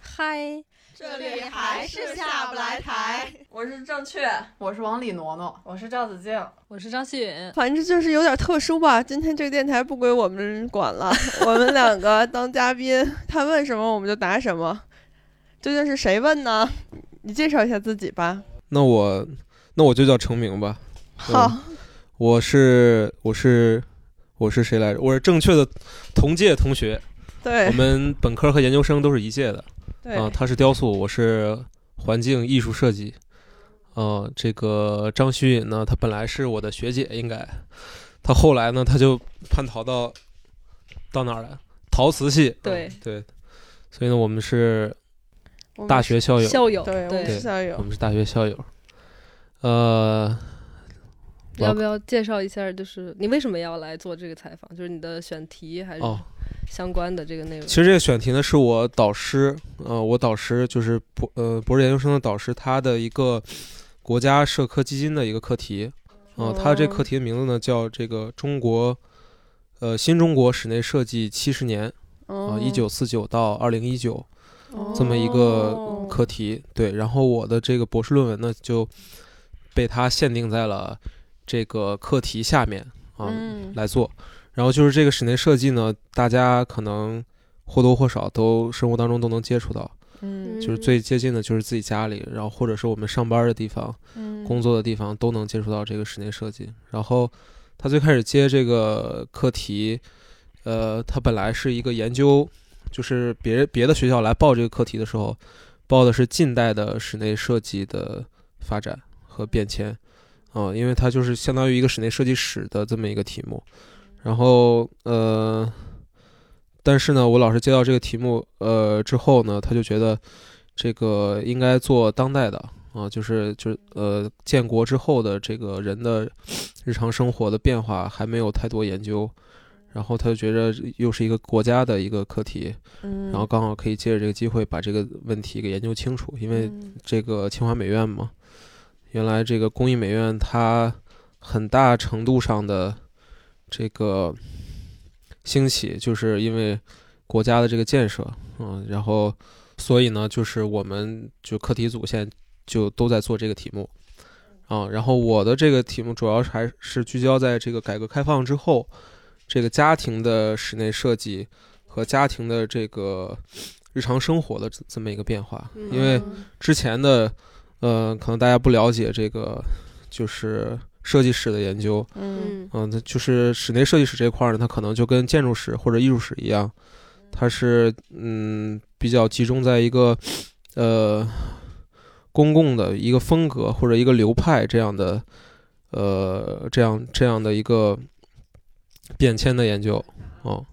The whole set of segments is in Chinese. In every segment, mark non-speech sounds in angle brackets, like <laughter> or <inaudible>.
嗨，这里还是下不来台。我是正确，我是往里挪挪，我是赵子静，我是张希允。反正就是有点特殊吧。今天这个电台不归我们管了， <laughs> 我们两个当嘉宾，他问什么我们就答什么。究竟是谁问呢？你介绍一下自己吧。那我那我就叫成名吧。好，我是我是我是谁来着？我是正确的同届同学，对我们本科和研究生都是一届的对、啊、他是雕塑，我是环境艺术设计。呃，这个张希允呢，她本来是我的学姐，应该，她后来呢，她就叛逃到到哪儿来？陶瓷系。对嗯对，所以呢，我们是我们大学校友，校友，对，我们是校我友。们是大学校友。呃，我要不要介绍一下？就是你为什么要来做这个采访？就是你的选题还是哦，相关的这个内容？其实这个选题呢，是我导师，呃，我导师就是博呃博士研究生的导师，他的一个国家社科基金的一个课题，呃，他这哦课题的名字呢叫这个中国，呃，新中国室内设计七十年哦哦啊，一九四九到二零一九这么一个哦课题，对，然后我的这个博士论文呢就被他限定在了这个课题下面啊，嗯，来做。然后就是这个室内设计呢，大家可能或多或少都生活当中都能接触到，嗯就是最接近的就是自己家里，然后或者是我们上班的地方、嗯工作的地方都能接触到这个室内设计。然后他最开始接这个课题，呃，他本来是一个研究，就是别别的学校来报这个课题的时候，报的是近代的室内设计的发展和变迁，啊、因为它就是相当于一个室内设计史的这么一个题目。然后呃，但是呢，我老师接到这个题目呃之后呢，他就觉得这个应该做当代的啊、就是就是呃建国之后的这个人的日常生活的变化还没有太多研究。然后他就觉着又是一个国家的一个课题，嗯然后刚好可以借着这个机会把这个问题给研究清楚，因为嗯这个清华美院嘛，原来这个工艺美院它很大程度上的这个兴起，就是因为国家的这个建设，嗯，然后所以呢，就是我们就课题组现在就都在做这个题目，啊，然后我的这个题目主要是还是聚焦在这个改革开放之后，这个家庭的室内设计和家庭的这个日常生活的这这么一个变化，因为。之前的，呃，可能大家不了解这个，就是设计史的研究，嗯嗯嗯、它就是室内设计史这块儿呢，它可能就跟建筑史或者艺术史一样，它是嗯比较集中在一个呃公共的一个风格或者一个流派这样的，呃这样这样的一个变迁的研究，哦。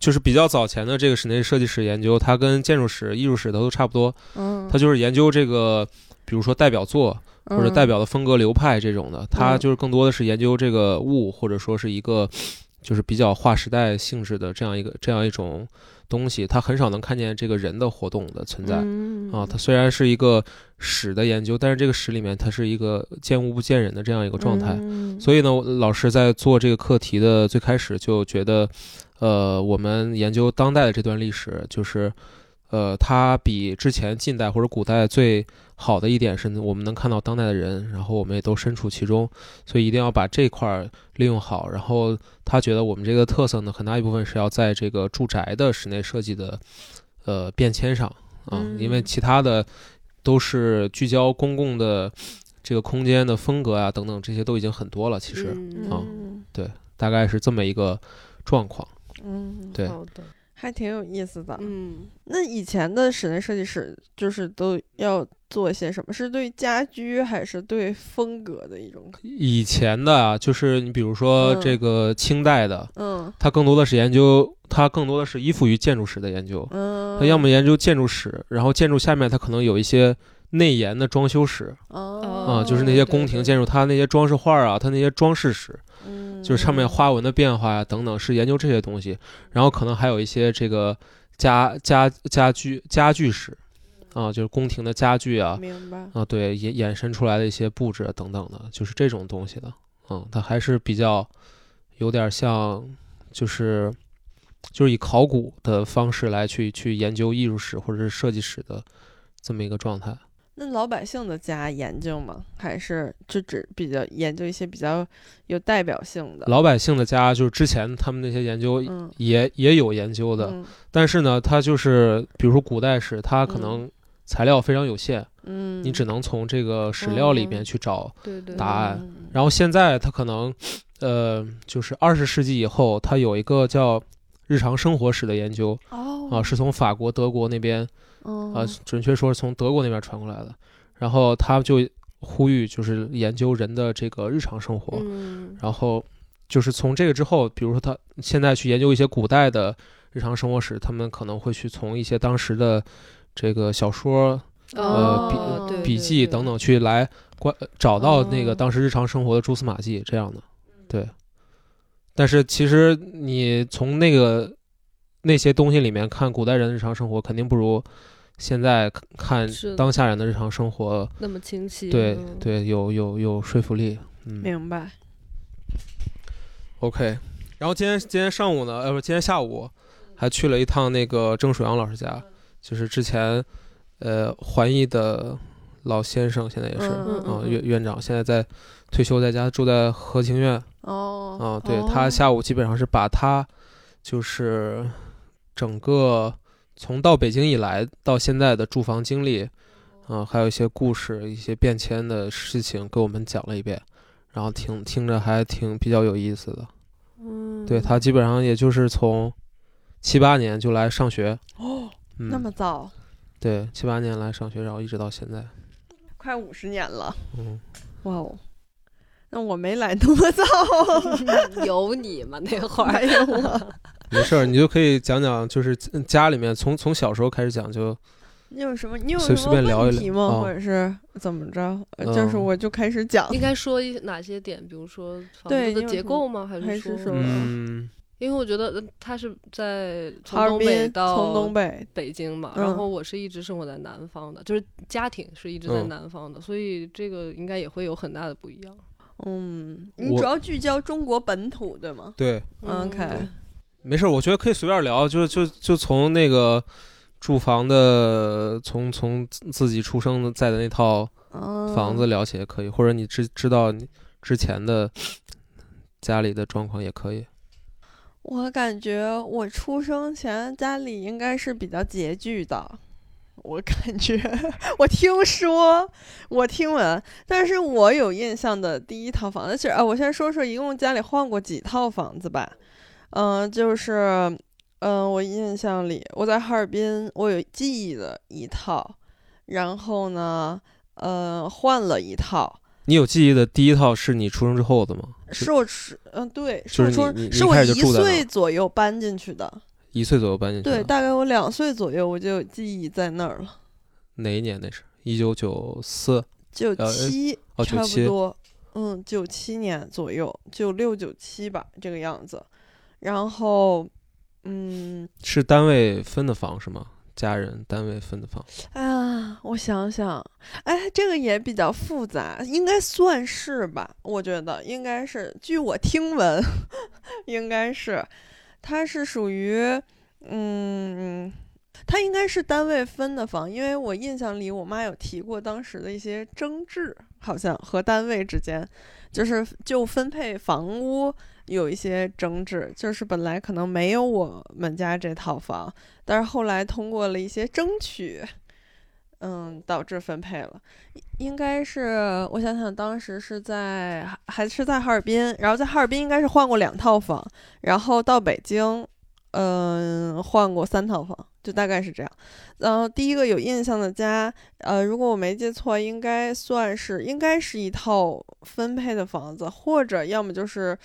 就是比较早前的这个室内设计史研究，它跟建筑史、艺术史它都差不多，嗯，他就是研究这个，比如说代表作或者代表的风格流派这种嗯的，他就是更多的是研究这个物或者说是一个就是比较划时代性质的这样一个这样一种东西，他很少能看见这个人的活动的存在。嗯啊，它虽然是一个史的研究，但是这个史里面它是一个见物不见人的这样一个状态，嗯所以呢，我老师在做这个课题的最开始就觉得，呃，我们研究当代的这段历史，就是，呃，它比之前近代或者古代最好的一点是，我们能看到当代的人，然后我们也都身处其中，所以一定要把这块儿利用好。然后他觉得我们这个特色呢，很大一部分是要在这个住宅的室内设计的，呃，变迁上啊，嗯因为其他的都是聚焦公共的。这个空间的风格啊，等等，这些都已经很多了。其实，嗯啊嗯大概是这么一个状况。嗯，对好的，还挺有意思的。嗯，那以前的室内设计师就是都要做些什么？是对家居还是对风格的一种？以前的啊，就是你比如说嗯这个清代的，嗯它更多的是研究，它更多的是依附于建筑史的研究。嗯，它要么研究建筑史，然后建筑下面它可能有一些内研的装修史哦啊，就是那些宫廷建筑，它那些装饰画啊，它那些装饰史，嗯就是上面花纹的变化呀、等等，是研究这些东西。然后可能还有一些这个家家家居家具史啊，就是宫廷的家具啊，嗯明白。啊，对，衍衍生出来的一些布置啊等等的，就是这种东西的，嗯，它还是比较有点像，就是就是以考古的方式来去去研究艺术史或者是设计史的这么一个状态。那老百姓的家研究吗？还是就只比较研究一些比较有代表性的？老百姓的家就是之前他们那些研究嗯也、也有研究的，嗯但是呢，它就是比如说古代史，它可能材料非常有限，嗯，你只能从这个史料里面嗯去找对对，答案啊嗯然后现在它可能，呃，就是二十世纪以后，它有一个叫日常生活史的研究哦啊、是从法国、德国那边啊、哦准确说是从德国那边传过来的。然后他就呼吁就是研究人的这个日常生活，嗯，然后就是从这个之后，比如说他现在去研究一些古代的日常生活史，他们可能会去从一些当时的这个小说、呃哦对笔对记对等等去来关呃找到那个哦嗯当时日常生活的蛛丝马迹这样的，对。但是其实你从那个那些东西里面看古代人的日常生活，肯定不如现在看是看的当下人的日常生活，那么清晰，对嗯，对，有有有说服力。嗯明白。 ，OK。然后今天今天上午呢，呃，不，今天下午还去了一趟那个郑水阳老师家，就是之前呃环艺的老先生，现在也是。嗯啊、嗯院院长现在在退休，在家住在和情院啊、哦对他下午基本上是把他就是整个从到北京以来到现在的住房经历，啊、还有一些故事、一些变迁的事情给我们讲了一遍，然后听听着还挺比较有意思的。嗯，对他基本上也就是从七八年就来上学，哦，嗯，那么早，对七八年来上学，然后一直到现在，快五十年了， <laughs> 嗯，哇哦！那我没来那么 <laughs> 早，有你嘛那会儿，没有我，没事儿，你就可以讲讲，就是家里面从从小时候开始讲就。你有什么你有什随么随便聊一问聊题吗？啊或者是怎么着？呃就是嗯我就开始讲，应该说一哪些点？比如说房对子你有的结什么构吗？还还是是说，说嗯，因为我觉得呃他是在从哈尔东北滨到从东北，北京嘛，嗯然后我是一直生活在南方的，就是家庭是一直在嗯南方的，所以这个应该也会有很大的不一样。嗯，你我主要聚焦中国本土对吗？对，嗯 OK 对没事儿，我觉得可以随便聊，就就就从那个住房的，从从自自己出生的在的那套房哦房嗯子聊起也可以，或者你知知道你之前的家里的状况也可以。我感觉我出生前家里应该是比较拮据的，我感觉我听说，我听闻，但是我有印象的第一套房子，其实啊，我先说说一共家里换过几套房子吧。嗯、就是嗯、我印象里我在哈尔滨，我有记忆的一套，然后呢，呃，换了一套，你有记忆的第一套是你出生之后的吗？是我吃，嗯、对，是就是我出你你，你是一我开始一就住在那儿岁左右搬进去的。一岁左右搬进去的。对，大概我两岁左右我就有记忆在那儿了，哪一年？那是一九九四九呃七、哦，差九不七。多，嗯，九七年左右，九六九七吧这个样子。然后，嗯是单位分的房是吗？家人单位分的房。啊，我想想，哎，这个也比较复杂，应该算是吧？我觉得应该是，据我听闻， <laughs> 应该是，它是属于，嗯。它应该是单位分的房，因为我印象里我妈有提过当时的一些争执，好像和单位之间，就是就分配房屋有一些争执，就是本来可能没有我们家这套房，但是后来通过了一些争取，嗯，导致分配了。应应该是我想想，当时是在还还是在哈尔滨，然后在哈尔滨应该是换过两套房，然后到北京，嗯，换过三套房，就大概是这样。然后第一个有印象的家，呃，如果我没记错，应该算是应该是一套分配的房子，或者要么就是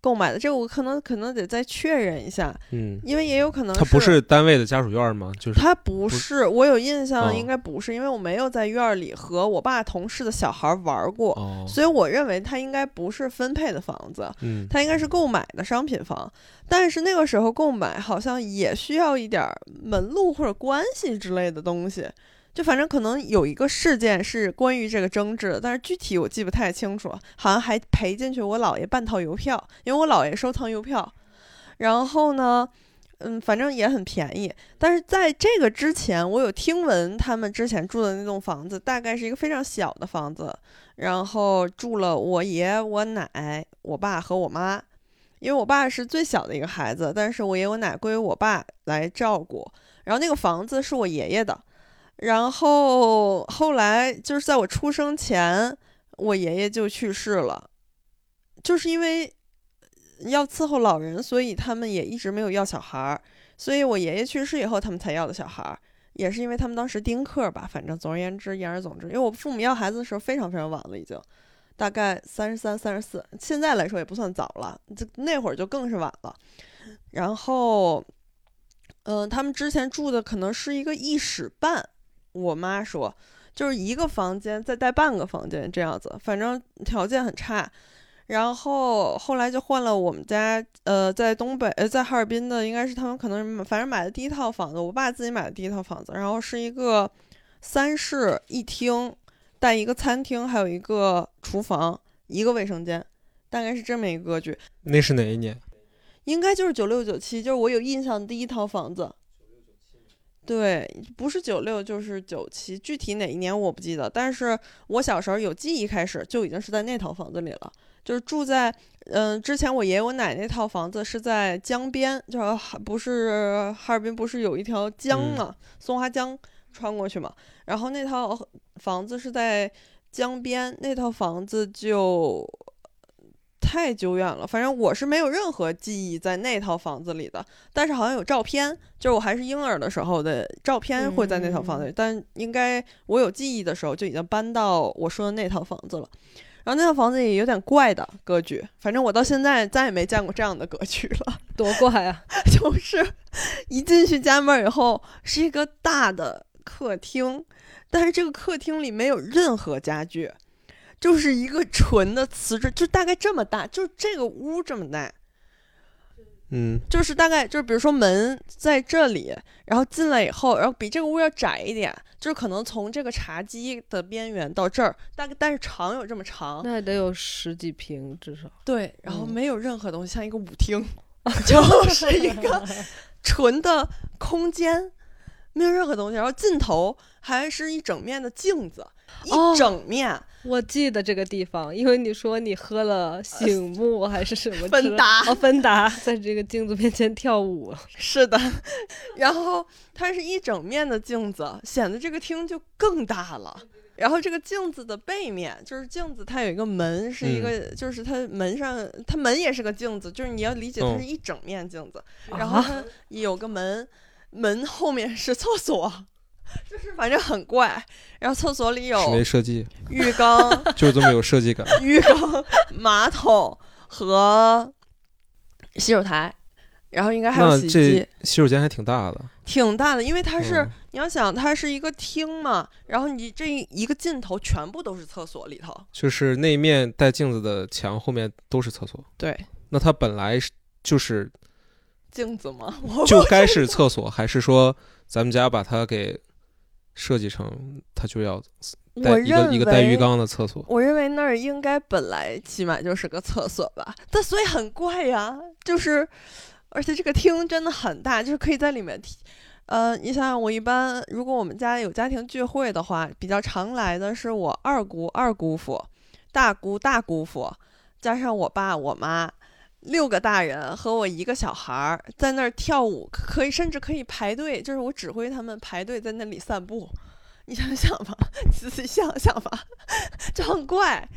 购买的。这个我可能可能得再确认一下，嗯，因为也有可能它不是单位的家属院吗？就是他不是是，我有印象，哦应该不是，因为我没有在院儿里和我爸同事的小孩玩过，哦，所以我认为他应该不是分配的房子，嗯，他应该是购买的商品房。但是那个时候购买好像也需要一点儿门路或者关系之类的东西，就反正可能有一个事件是关于这个争执的，但是具体我记不太清楚了，好像还 <laughs> 赔进去我姥爷半套邮票，因为我姥爷收藏邮票。然后呢，嗯，反正也很便宜。但是在这个之前，我有听闻他们之前住的那栋房子，大概是一个非常小的房子，然后住了我爷、我奶、我爸和我妈。因为我爸是最小的一个孩子，但是我爷我奶归我爸来照顾。然后那个房子是我爷爷的，然后后来就是在我出生前，我爷爷就去世了，就是因为要伺候老人，所以他们也一直没有要小孩儿。所以我爷爷去世以后，他们才要的小孩儿，也是因为他们当时丁克吧。反正总而言之，言而总之，因为我父母要孩子的时候非常非常晚了，已经。大概三十三、三十四，现在来说也不算早了，这那会儿就更是晚了。然后，嗯、他们之前住的可能是一个一室半，我妈说就是一个房间再带半个房间这样子，反正条件很差。然后后来就换了我们家，呃，在东北，呃，在哈尔滨的，应该是他们可能买反正买的第一套房子，我爸自己买的第一套房子，然后是一个三室一厅，带一个餐厅，还有一个厨房，一个卫生间，大概是这么一个格局。那是哪一年？应该就是九六九七，就是我有印象的第一套房子。对，不是九六就是九七，具体哪一年我不记得，但是我小时候有记忆开始就已经是在那套房子里了，就是住在，嗯、之前我爷爷我奶奶套房子是在江边，就是哈不是哈尔滨不是有一条江嗯嘛，松花江穿过去嘛，然后那套房子是在江边，那套房子就太久远了，反正我是没有任何记忆在那套房子里的，但是好像有照片，就是我还是婴儿的时候的照片会在那套房子里，但应该我有记忆的时候就已经搬到我说的那套房子了。然后那套房子也有点怪的格局，反正我到现在再也没见过这样的格局了。多怪 <laughs> 啊！就是一进去家门儿以后是一个大的客厅，但是这个客厅里没有任何家具，就是一个纯的瓷质，就大概这么大，就这个屋这么大，嗯，就是大概就是比如说门在这里，然后进来以后，然后比这个屋要窄一点，就是可能从这个茶几的边缘到这儿，大概但是长有这么长，那也得有十几平至少。对，然后嗯没有任何东西，像一个舞厅， <laughs> 就是一个纯的空间，没有任何东西。然后尽头还是一整面的镜子，哦一整面我记得这个地方，因为你说你喝了醒目还是什么之类呃芬达哦，芬达在这个镜子面前跳舞，是的。 <laughs> 然后它是一整面的镜子，显得这个厅就更大了。然后这个镜子的背面，就是镜子，它有一个门，是一嗯个，就是它门上，它门也是个镜子，就是你要理解它嗯是一整面镜子。然后啊它有个门，门后面是厕所， <laughs> 就是反正很怪。然后厕所里室内有设计浴缸、就是这么有设计感。浴缸、马桶和洗手台，然后应 <laughs> 该还有那洗衣这机，洗手间还挺大的，挺大的，因为它是、嗯你要想它是一个厅嘛，然后你这一个尽头全部都是厕所里头，就是那面带镜子的墙后面都是厕所。对，那它本来是就是镜子嘛， <laughs> 我就该是厕所，还是说咱们家把它给设计成它就要带我一个认一个带为。浴缸的厕所？我认为那儿应该本来起码就是个厕所吧， <laughs> 但所以很怪呀，就是，而且这个厅真的很大，就是可以在里面提。呃，你想想，我一般如果我们家有家庭聚会的话，比较常来的是我二姑、二姑父、大姑、大姑父，加上我爸、我妈，六个大人和我一个小孩儿在那儿跳舞，可以甚至可以排队，就是我指挥他们排队在那里散步。你想想吧， <laughs> 你仔细想想吧，就很怪。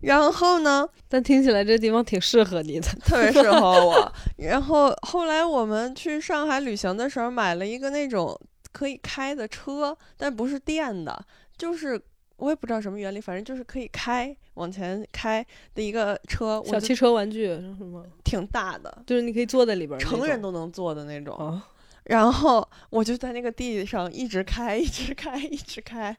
然后呢，但听起来这地方挺适合你的。特别适合 <laughs> 我。然后后来我们去上海旅行的时候，买了一个那种可以开的车，但不是电的，就是我也不知道什么原理，反正就是可以开往前开的一个车，我小就汽车玩具是吗？挺大的，就是你可以坐在里边儿那种，成人都能坐的那种。啊，然后我就在那个地上一直开，一直开，一直开。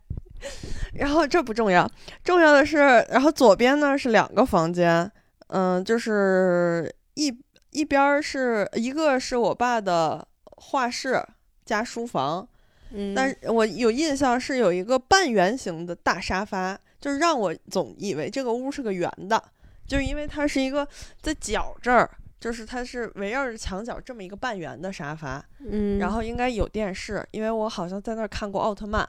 然后这不重要，重要的是，然后左边呢是两个房间，嗯，就是一一边儿是一个是我爸的画室加书房，嗯，但是我有印象是有一个半圆形的大沙发，就是让我总以为这个屋是个圆的，就是因为它是一个在角这儿，就是它是围绕着墙角这么一个半圆的沙发，嗯，然后应该有电视，因为我好像在那儿看过奥特曼。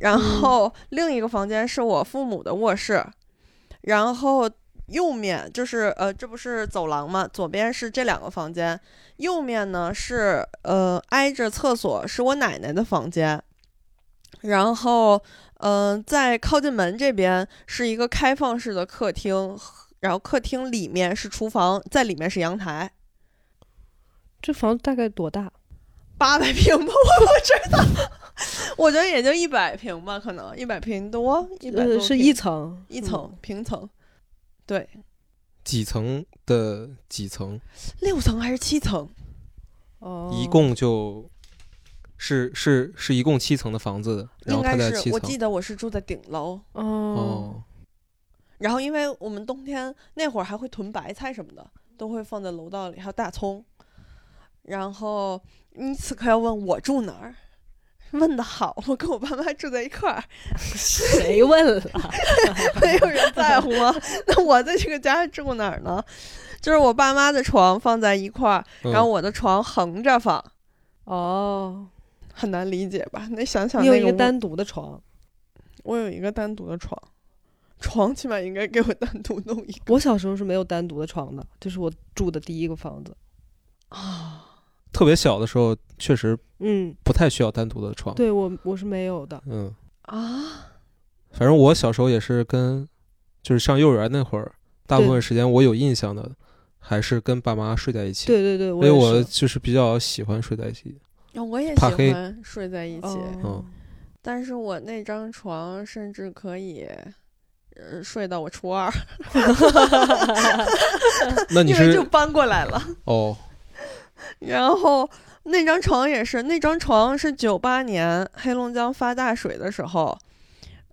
然后另一个房间是我父母的卧室，然后右面就是呃，这不是走廊嘛，左边是这两个房间，右面呢是呃挨着厕所是我奶奶的房间，然后嗯、呃在靠近门这边是一个开放式的客厅，然后客厅里面是厨房，在里面是阳台。这房子大概多大？八百平吧，我不知道，我觉得也就一百平吧，可能一百平多，一百多呃，是平一层，一嗯层，平层，对，几层的几层，六层还是七层？哦，一共就是是是一共七层的房子，应然后他该在七是，我记层。得我是住在顶楼，哦，哦，然后因为我们冬天那会儿还会囤白菜什么的，都会放在楼道里，还有大葱。然后你此刻要问我住哪儿，问的好，我跟我爸妈住在一块儿， <laughs> <laughs> 谁问了？没有人在乎吗？ <laughs> 那我在这个家住哪儿呢？就是我爸妈的床放在一块儿，嗯然后我的床横着放，哦，很难理解吧？那想想你那有一个屋单独的床，我有一个单独的床， <laughs> 床起码应该给我单独弄一个我小时候是没有单独的床的，这是我住的第一个房子。啊。特别小的时候确实嗯，不太需要单独的床。对我我是没有的。嗯，啊，反正我小时候也是跟，就是上幼儿园那会儿，大部分对时间我有印象的还是跟爸妈睡在一起。对对对，因为我我也是就是比较喜欢睡在 <laughs> 一起。哦我也怕黑喜欢睡在一起，哦嗯但是我那张床甚至可以，呃，睡到我初二，那你因为是就搬过来了。哦， <laughs> 然后那张床也是，那张床是九八年黑龙江发大水的时候，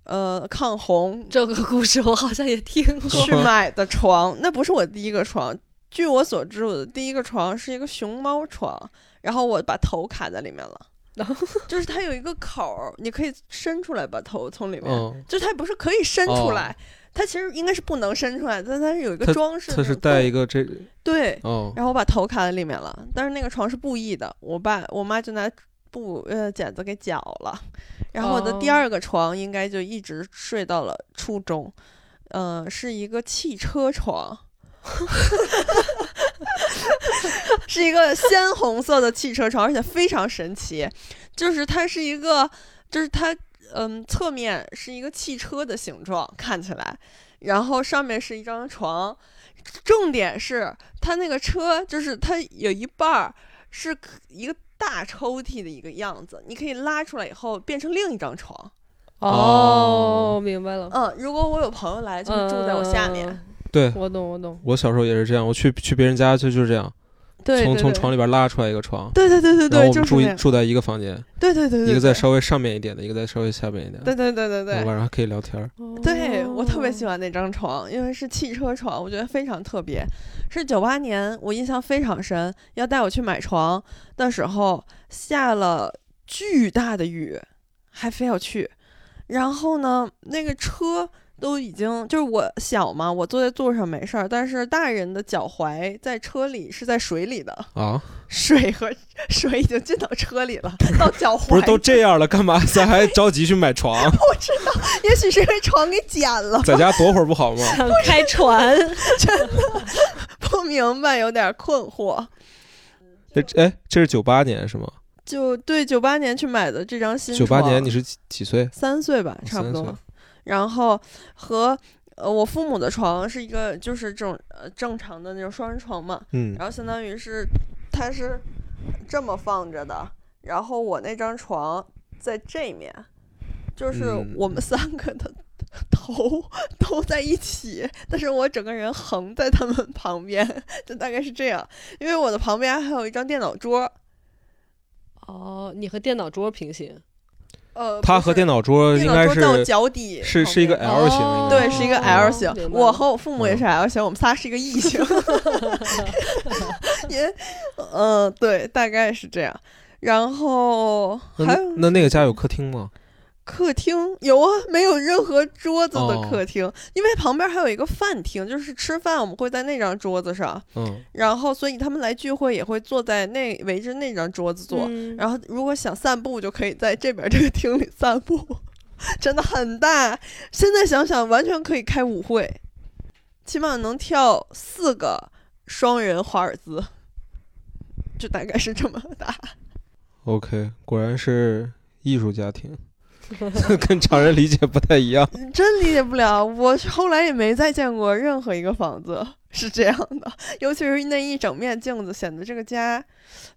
呃，抗洪这个故事我好像也听过。嗯去买的床，那不是我第一个床。据我所知，我的第一个床是一个熊猫床，然后我把头卡在里面 <laughs> 了，就是它有一个口儿，你可以伸出来把头从里面，嗯，哦就是它不是可以伸出来，它其实应该是不能伸出来，但它是有一个装饰那种他洞，是带一个这对，哦然后我把头卡在里面了，但是那个床是布艺的，我爸我妈就拿布呃剪子给绞了。然后我的第哦二个床应该就一直睡到了初中，呃，是一个汽车床， <laughs> 是一个鲜红色的汽车床，而且非常神奇，就是它是一个，就是它嗯侧面是一个汽车的形状，看起来，然后上面是一张床，重点是它那个车就是它有一半儿是可一个大抽屉的一个样子，你可以拉出来以后变成另一张床。哦哦，明白了，嗯，如果我有朋友来，就是住在我下面。嗯对，我懂，我懂。我小时候也是这样，我去去别人家就就是这样，对从对从对床里边拉出来一个床，对对对对然后对，我就们是这住一样。住在一个房间，对对对对，一个对在稍微上面一点的，一个在稍微下面一点的，对对对对然后对。晚上还可以聊天儿。哦对我特别喜哦欢。欢那张床，因为是汽车床，我觉得非常特别。是九八年，我印象非常深。要带我去买床的时候，下了巨大的雨，还非要去。然后呢，那个车都已经就是我小嘛，我坐在座上没事儿，但是大人的脚踝在车里是在水里的， <laughs> 啊，水和 <laughs> 水已经进到车里 <laughs> 了，到脚踝。不是都这样了，干嘛 <laughs> 咱还着急去买床？ <laughs> 也许是因为床给剪了，在家躲会儿不好 <laughs> 吗？想开船，不明白，有点困惑。这哎，这是九八年是吗？就对九八年去买的这张新九八床年你是几几岁？三岁吧，差不三岁多。然后和呃我父母的床是一个就是这种呃正常的那种双人床嘛，嗯，然后相当于是它是这么放着的，然后我那张床在这面，就是嗯我们三个的头 <laughs> 都在一起，但是我整个人横在他们旁边，就大概是这样。因为我的旁边还有一张电脑桌，哦，你和电脑桌平行，呃，他和电脑脑桌应电该脑桌在我是脚底旁边，是是一个 L 型的应该，对，是一个哦 L 型。明白我了和我父母也是 L 型，我们仨是一个 E <laughs> 型。也，嗯、对，大概是这样。然后那还有那那个家有客厅吗？客厅有啊，没有任何桌子的哦客厅，因为旁边还有一个饭厅，就是吃饭我们会在那张桌子上，嗯，然后所以他们来聚会也会坐在那围着那张桌子坐，嗯然后如果想散步就可以在这边这个厅里散步，真的很大。现在想想完全可以开舞会，起码能跳四个双人华尔兹，就大概是这么大。 OK，果然是艺术 <laughs> 家庭，跟常人理解不太一样。真理解不了，我后来也没再见过任何一个房子是这样的，尤其是那一整面镜子，显得这个家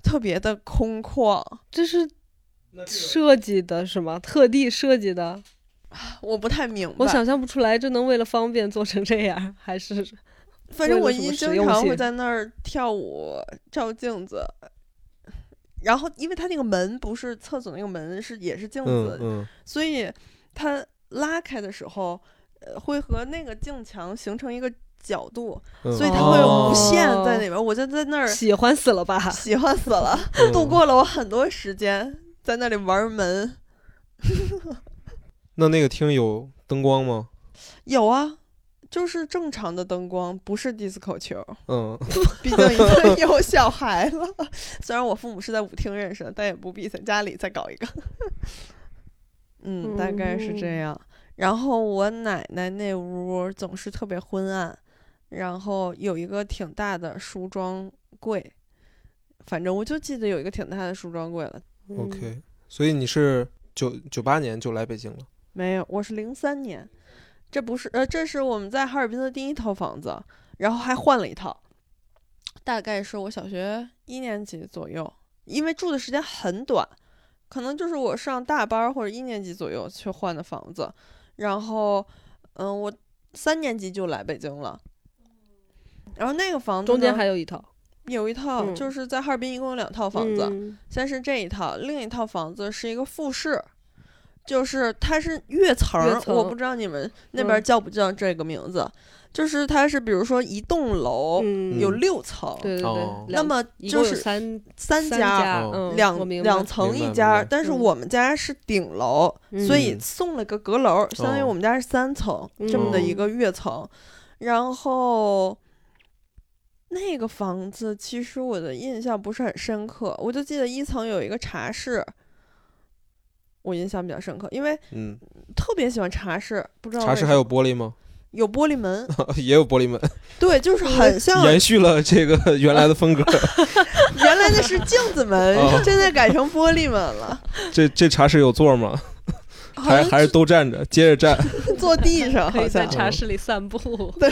特别的空旷。这是设计的是吗？特地设计的，我不太明白，我想象不出来，这能为了方便做成这样，还是反为正了我什么一实经用常会性在那儿跳舞、照镜子，然后因为他那个门不是厕所那个门是也是镜嗯子，嗯，所以他拉开的时候，呃，会和那个镜墙形成一个角度，嗯所以它会有无哦限在那边。我就在那儿喜欢死了吧？喜欢死了，嗯度过了我很多时间在那里玩门。那那个厅有灯光吗？有啊，就是正常的灯光，不是 disco 球。嗯，毕竟已经有小孩了。虽然我父母是在舞厅认识的，但也不必在家里再搞一个。 <laughs> 嗯，大概是这样。然后我奶奶那屋总是特别昏暗，然后有一个挺大的梳妆柜，反正我就记得有一个挺大的梳妆柜了。嗯 OK，所以你是九九八年就来北京了，没有，我是零三年，这不是呃，这是我们在哈尔滨的第一套房子，然后还换了一套，大概是我小学一年级左右，因为住的时间很短，可能就是我上大班儿或者一年级左右去换的房子，然后嗯、我三年级就来北京了，然后那个房子中间呢还有一套有一套，嗯就是在哈尔滨一共有两套房子，嗯先是这一套，另一套房子是一个复式，就是它是跃层儿，跃层嗯我不知道你们那边叫不叫这个名字，就是它是比如说一栋楼、嗯哦有六层，对对对哦，那两么一就共有是三三三家。家，哦嗯我两明白两层明白一家，明白但是嗯我们家是顶楼，所以嗯送了个阁楼，相当于哦我们家是三层、这么的一嗯个跃层。然后那个房子其实我的印象不是很深刻，我就记得一层有一个茶室，我印象比较深刻，因为嗯，特别喜欢茶室，不知道茶为室什还有么玻璃吗？ <laughs> 有玻璃门，也有玻 <laughs> 璃门，对，就是很像延续了这个原来的风格。 <laughs> 原来那是镜子门，哦现在改成玻璃门了，这这茶室有座吗？好还像还是都站着，接 <laughs> 着站。坐地上，可好以在像茶室里散步。 <laughs> 对，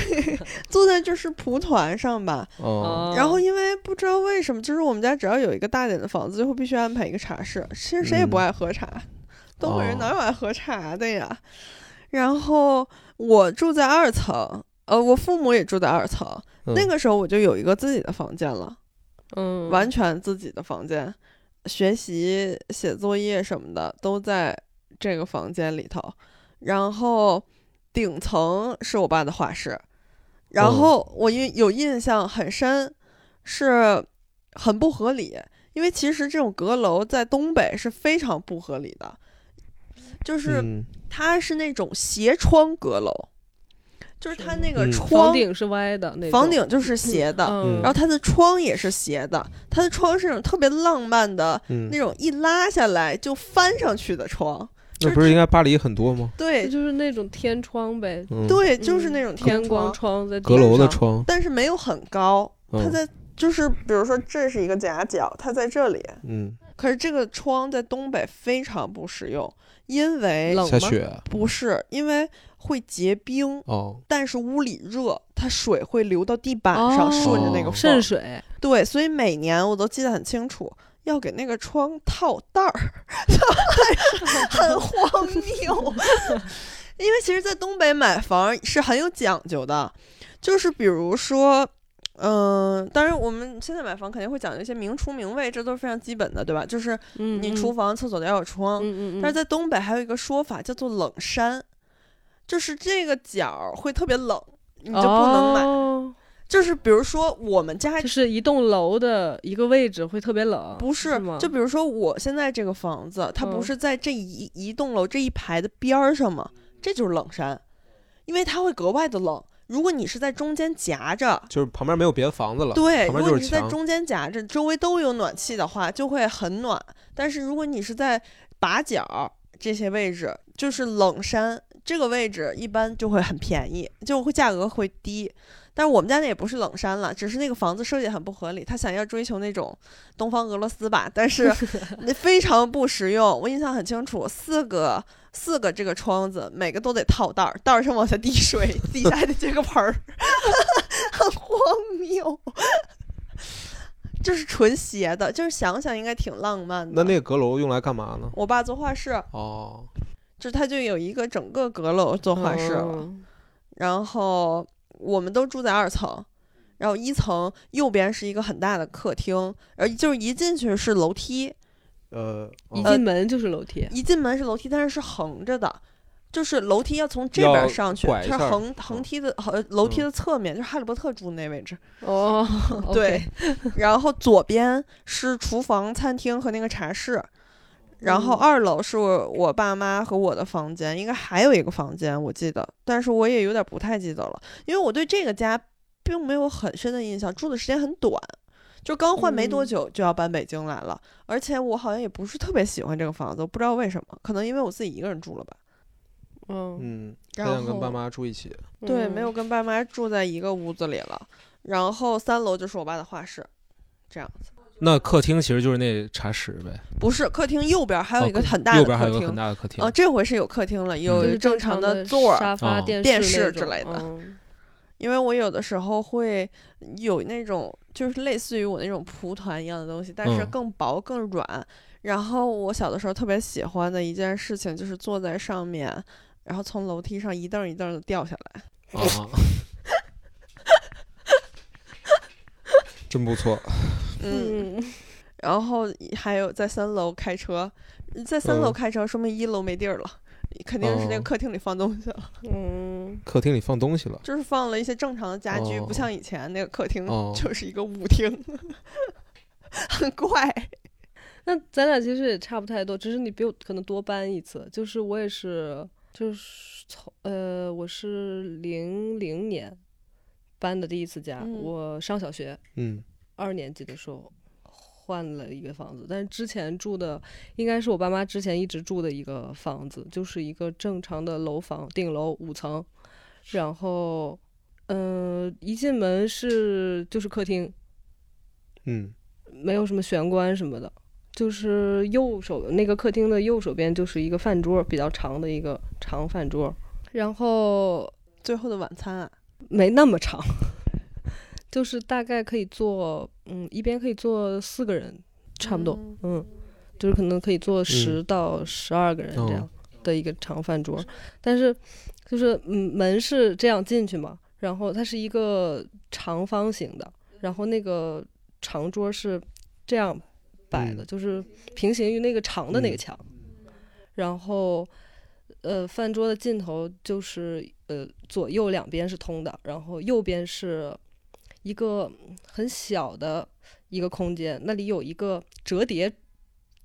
坐在就是蒲团上吧，哦，嗯然后因为不知道为什么，就是我们家只要有一个大点的房子，就会必须安排一个茶室。其实谁也不嗯爱喝茶，东北人哦哪有爱喝茶的呀？然后我住在二层，呃，我父母也住在二层。那嗯个时候我就有一个自己的房间了，嗯，完全自己的房间，学习、写作业什么的都在这个房间里头。然后顶层是我爸的画室，哦然后我印有印象很深，是很不合理，因为其实这种阁楼在东北是非常不合理的，就是嗯它是那种斜窗阁楼，就是它那个嗯窗房顶是歪的，那种房顶就是斜的，嗯然后它的窗也是斜的，它的窗是那种特别浪漫的嗯那，种，一拉下来就翻上去的窗。就那是不是应该巴黎很多吗？对这就是那种天窗呗，嗯，对，就是嗯那种天光窗，窗在阁地楼的上窗，但是没有很高，它嗯在就是比如说这是一个夹角，它在这里，嗯，可是这个窗在东北非常不实用，因为冷下吗？雪不是因为会结冰，哦，但是屋里热，它水会流到地板上，哦顺着那个哦缝渗儿。水，对，所以每年我都记得很清楚，要给那个窗套袋儿，就 <laughs> 很很荒谬。因为其实，在东北买房是很有讲究的，就是比如说，嗯、当然我们现在买房肯定会讲究一些明厨明卫，这都是非常基本的，对吧？就是嗯，你嗯厨，房、厕所都要有窗，嗯嗯嗯，但是在东北还有一个说法叫做冷山，就是这个角儿会特别冷，你你哦就不能买。买，就是比如说我们家就是一栋楼的一个位置会特别冷，不啊是是吗？， <laughs> 就比如说我现在这个房子，它不嗯是在这一一栋楼这一排的边儿上吗？这就是冷山，因为它会格外的冷。如果你是在中间夹着，就是旁边没有别的房子了，对，旁如边果就你是是在墙。中间夹着，周围都有暖气的话，就会很暖。但是如果你是在把角这些位置，就是冷山这个位置，一般就会很便宜，就会价格会低。但是我们家那也不是冷山了，只是那个房子设计很不合理。他想要追求那种东方俄罗斯吧，但是那非常不实用。我印象很清楚，四个四个这个窗子，每个都得套袋儿，袋儿上往下滴水，底下还得接个盆儿， <laughs> 很荒谬。这是纯邪的，就是想想应该挺浪漫的。那那个阁楼用来干嘛呢？我爸做画室，哦，就是他就有一个整个阁楼做画室了，哦嗯然后我们都住在二层，然后一层右边是一个很大的客厅，然后就是一进去是楼梯，呃，一哦进门就是楼梯，一进门是楼梯，但是是横着的。就是楼梯要从这要边上去，拐一它是下儿嗯横横梯的呃楼梯的侧面，就是哈利波特住那位置。哦， <laughs> 对 OK，然后左边是厨房、餐厅和那个茶室，然后嗯二楼是我我爸妈和我的房间，应该还有一个房间，我记得，但是我也有点不太记得了，因为我对这个家并没有很深的印象，住的时间很短，就刚换没多嗯久就要搬北京来了，而且我好像也不是特别喜欢这个房子，我不知道为什么，可能因为我自己一个人住了吧。嗯，嗯，然他想跟爸后妈住一起。对，嗯没有跟爸妈住在一个屋子里了，然后三楼就是我爸的画室，那客厅其实就是那茶室呗，不是客厅右边还有哦一个客很大右的边还客有个厅很，大的客厅嗯哦，。这回是有客厅了，就有是正嗯正常的座儿。沙发、哦电电视视那之种类的嗯因为我有的时候会有那种，就是类似于我那种蒲团一样的东西，但是嗯更薄、更软。然后我小的时候特别喜欢的一件事情就是坐在上面，然后从楼梯上一凳儿一凳的掉下来。啊， <laughs> 真不错。嗯，嗯，然后还有在三楼开车，在三楼嗯开车说明一楼没地儿了，肯定是那个哦客厅里放东西了。 <laughs> 嗯，客厅里放东西了，就是放了一些正常的家具，哦不像以前那个客厅哦 <laughs> 就是一个舞厅， <laughs> 很怪。那咱俩其实也差不太多，只是你比我可能多搬一次。就是我也是，就是从呃，我是零零年搬的第一次家，嗯我上小学嗯，二年级的时候换了一个房子，但是之前住的应该是我爸妈之前一直住的一个房子，就是一个正常的楼房，顶楼五层，然后嗯、呃一进门是就是客厅，嗯，没有什么玄关什么的，就是右手那个客厅的右手边就是一个饭桌，比较长的一个长饭桌，然后最后的晚餐啊，没那么长， <laughs> 就是大概可以坐，嗯，一边可以坐四个人，差不多，嗯，就是可能可以坐十到十二个人嗯哦这样的一个长饭桌，但是就是嗯门是这样进去嘛，然后它是一个长方形的，然后那个长桌是这样摆的，嗯就是平行于那个长的那个嗯墙，然后。呃，饭桌的尽头就是呃左右两边是通的，然后右边是一个很小的一个空间，那里有一个折叠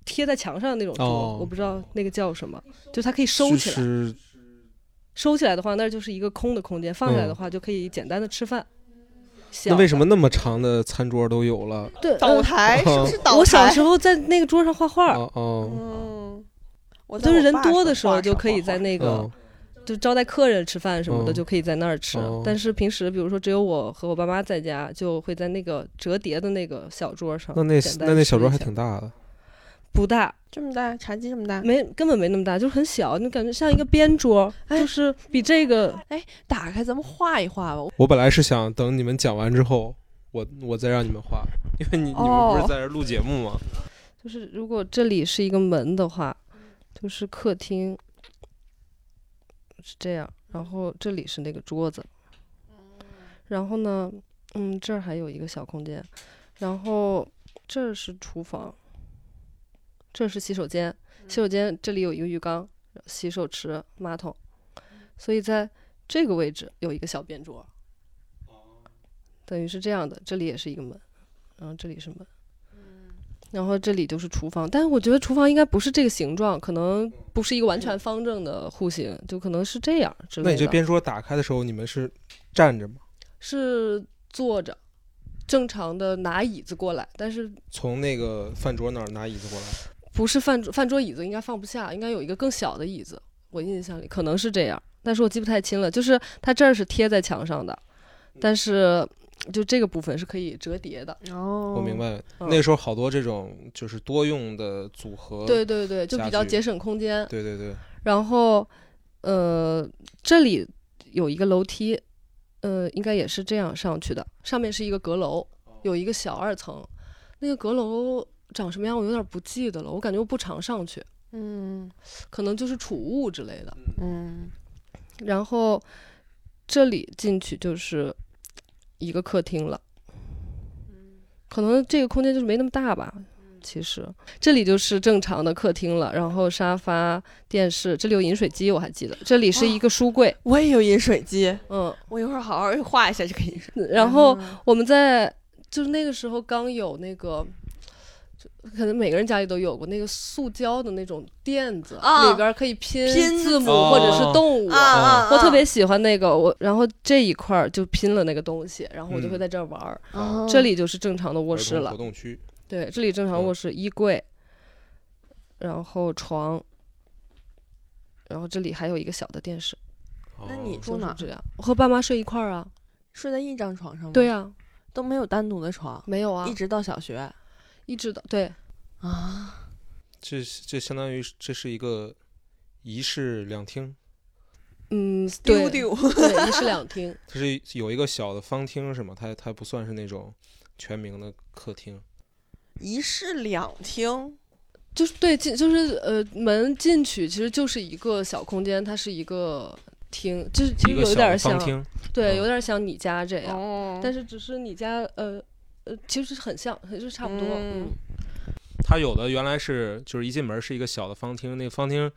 贴在墙上的那种桌，哦我不知道那个叫什么，就它可以收就起来。是收起来的话，那就是一个空的空间；放下来嗯的话，就可以简单的吃饭。小那为什的么那么长的餐桌都有了？对倒呃台嗯是不是倒台？我小时候在那个桌上画画，哦哦，嗯，我在就是我人爸多的手时候画就可以画在那个。嗯就招待客人吃饭什么的，嗯就可以在那儿吃。哦但是平时，比如说只有我和我爸妈在家，就会在那个折叠的那个小桌上。那那简单那那吃小桌一还下挺大的，不大，这么大，茶几这么大。没根本没那么大，就是很小，你感觉像一个边桌，哎就是比这个打开咱们画一画吧。我本来是想等你们讲完之后，我我再让你们画， <laughs> 因为你你们不哦是在这录节目吗？就是如果这里是一个门的话，就是客厅是这样，然后这里是那个桌子，然后呢，嗯，这儿还有一个小空间，然后这儿是厨房，这是洗手间，洗手间这里有一个浴缸、洗手池、马桶，所以在这个位置有一个小便桌。等于是这样的，这里也是一个门，然后这里是门，然后这里就是厨房，但是我觉得厨房应该不是这个形状，可能不是一个完全方正的户型，就可能是这样之那类你这的。边桌打开的时候，你们是站着吗？是坐着，正常的拿椅子过来，但是从那个饭桌那儿拿椅子过来？不是饭桌饭桌椅子应该放不下，应该有一个更小的椅子。我印象里可能是这样，但是我记不太清了。就是它这儿是贴在墙上的，但是就这个部分是可以折叠的。哦我明。白，嗯那时候好多这种就是多用的组合。对对对，就哦家比较具节省空间。对对对，然后，呃，这里有一个楼梯，呃，应该也是这样上去的。上面是一个阁楼，有一个小二层。那个阁楼长什么样，我有点不记得了。我感觉我不常上去，嗯可能就是储物之类的。嗯然后这里进去就是一个客厅了，可能这个空间就是没那么大吧。其实这里就是正常的客厅了，然后沙发、电视，这里有饮水机，我还记得，这里是一个书柜，我也有饮水机，嗯，我一会儿好好画一下这个饮水。然后嗯我们在就是那个时候刚有那个。就可能每个人家里都有过那个塑胶的那种垫子，啊里边儿可以拼拼字字母或者是哦动物，啊啊！我嗯特别喜欢那个，我然后这一块儿就拼了那个东西，然后我就嗯会在这儿玩儿。嗯啊这里就是正常的卧儿室童了活，动区。对，这里正嗯常卧室、衣柜，然后床，然后这里还有一个小的电视，那你住哦就是哪儿嗯这样，我和爸妈睡一块儿啊。睡在一张床上吗？对，啊，都没有单独的床，没有啊一，直到小学一直到对啊。这这相当于这是一个一室两厅，嗯，丢对 <laughs> 丢，对，一室两厅，它是有一个小的方厅是吗？它它不算是那种全明的客厅。一室两厅，就是对进就是呃门进去其实就是一个小空间，它是一个厅，就是其实一个有小点的像方厅，对，嗯有点像你家这样。哦但是只是你家呃呃，其实很像，还是差不多。嗯嗯，它有的原来是就是一进门是一个小的方厅，那个方厅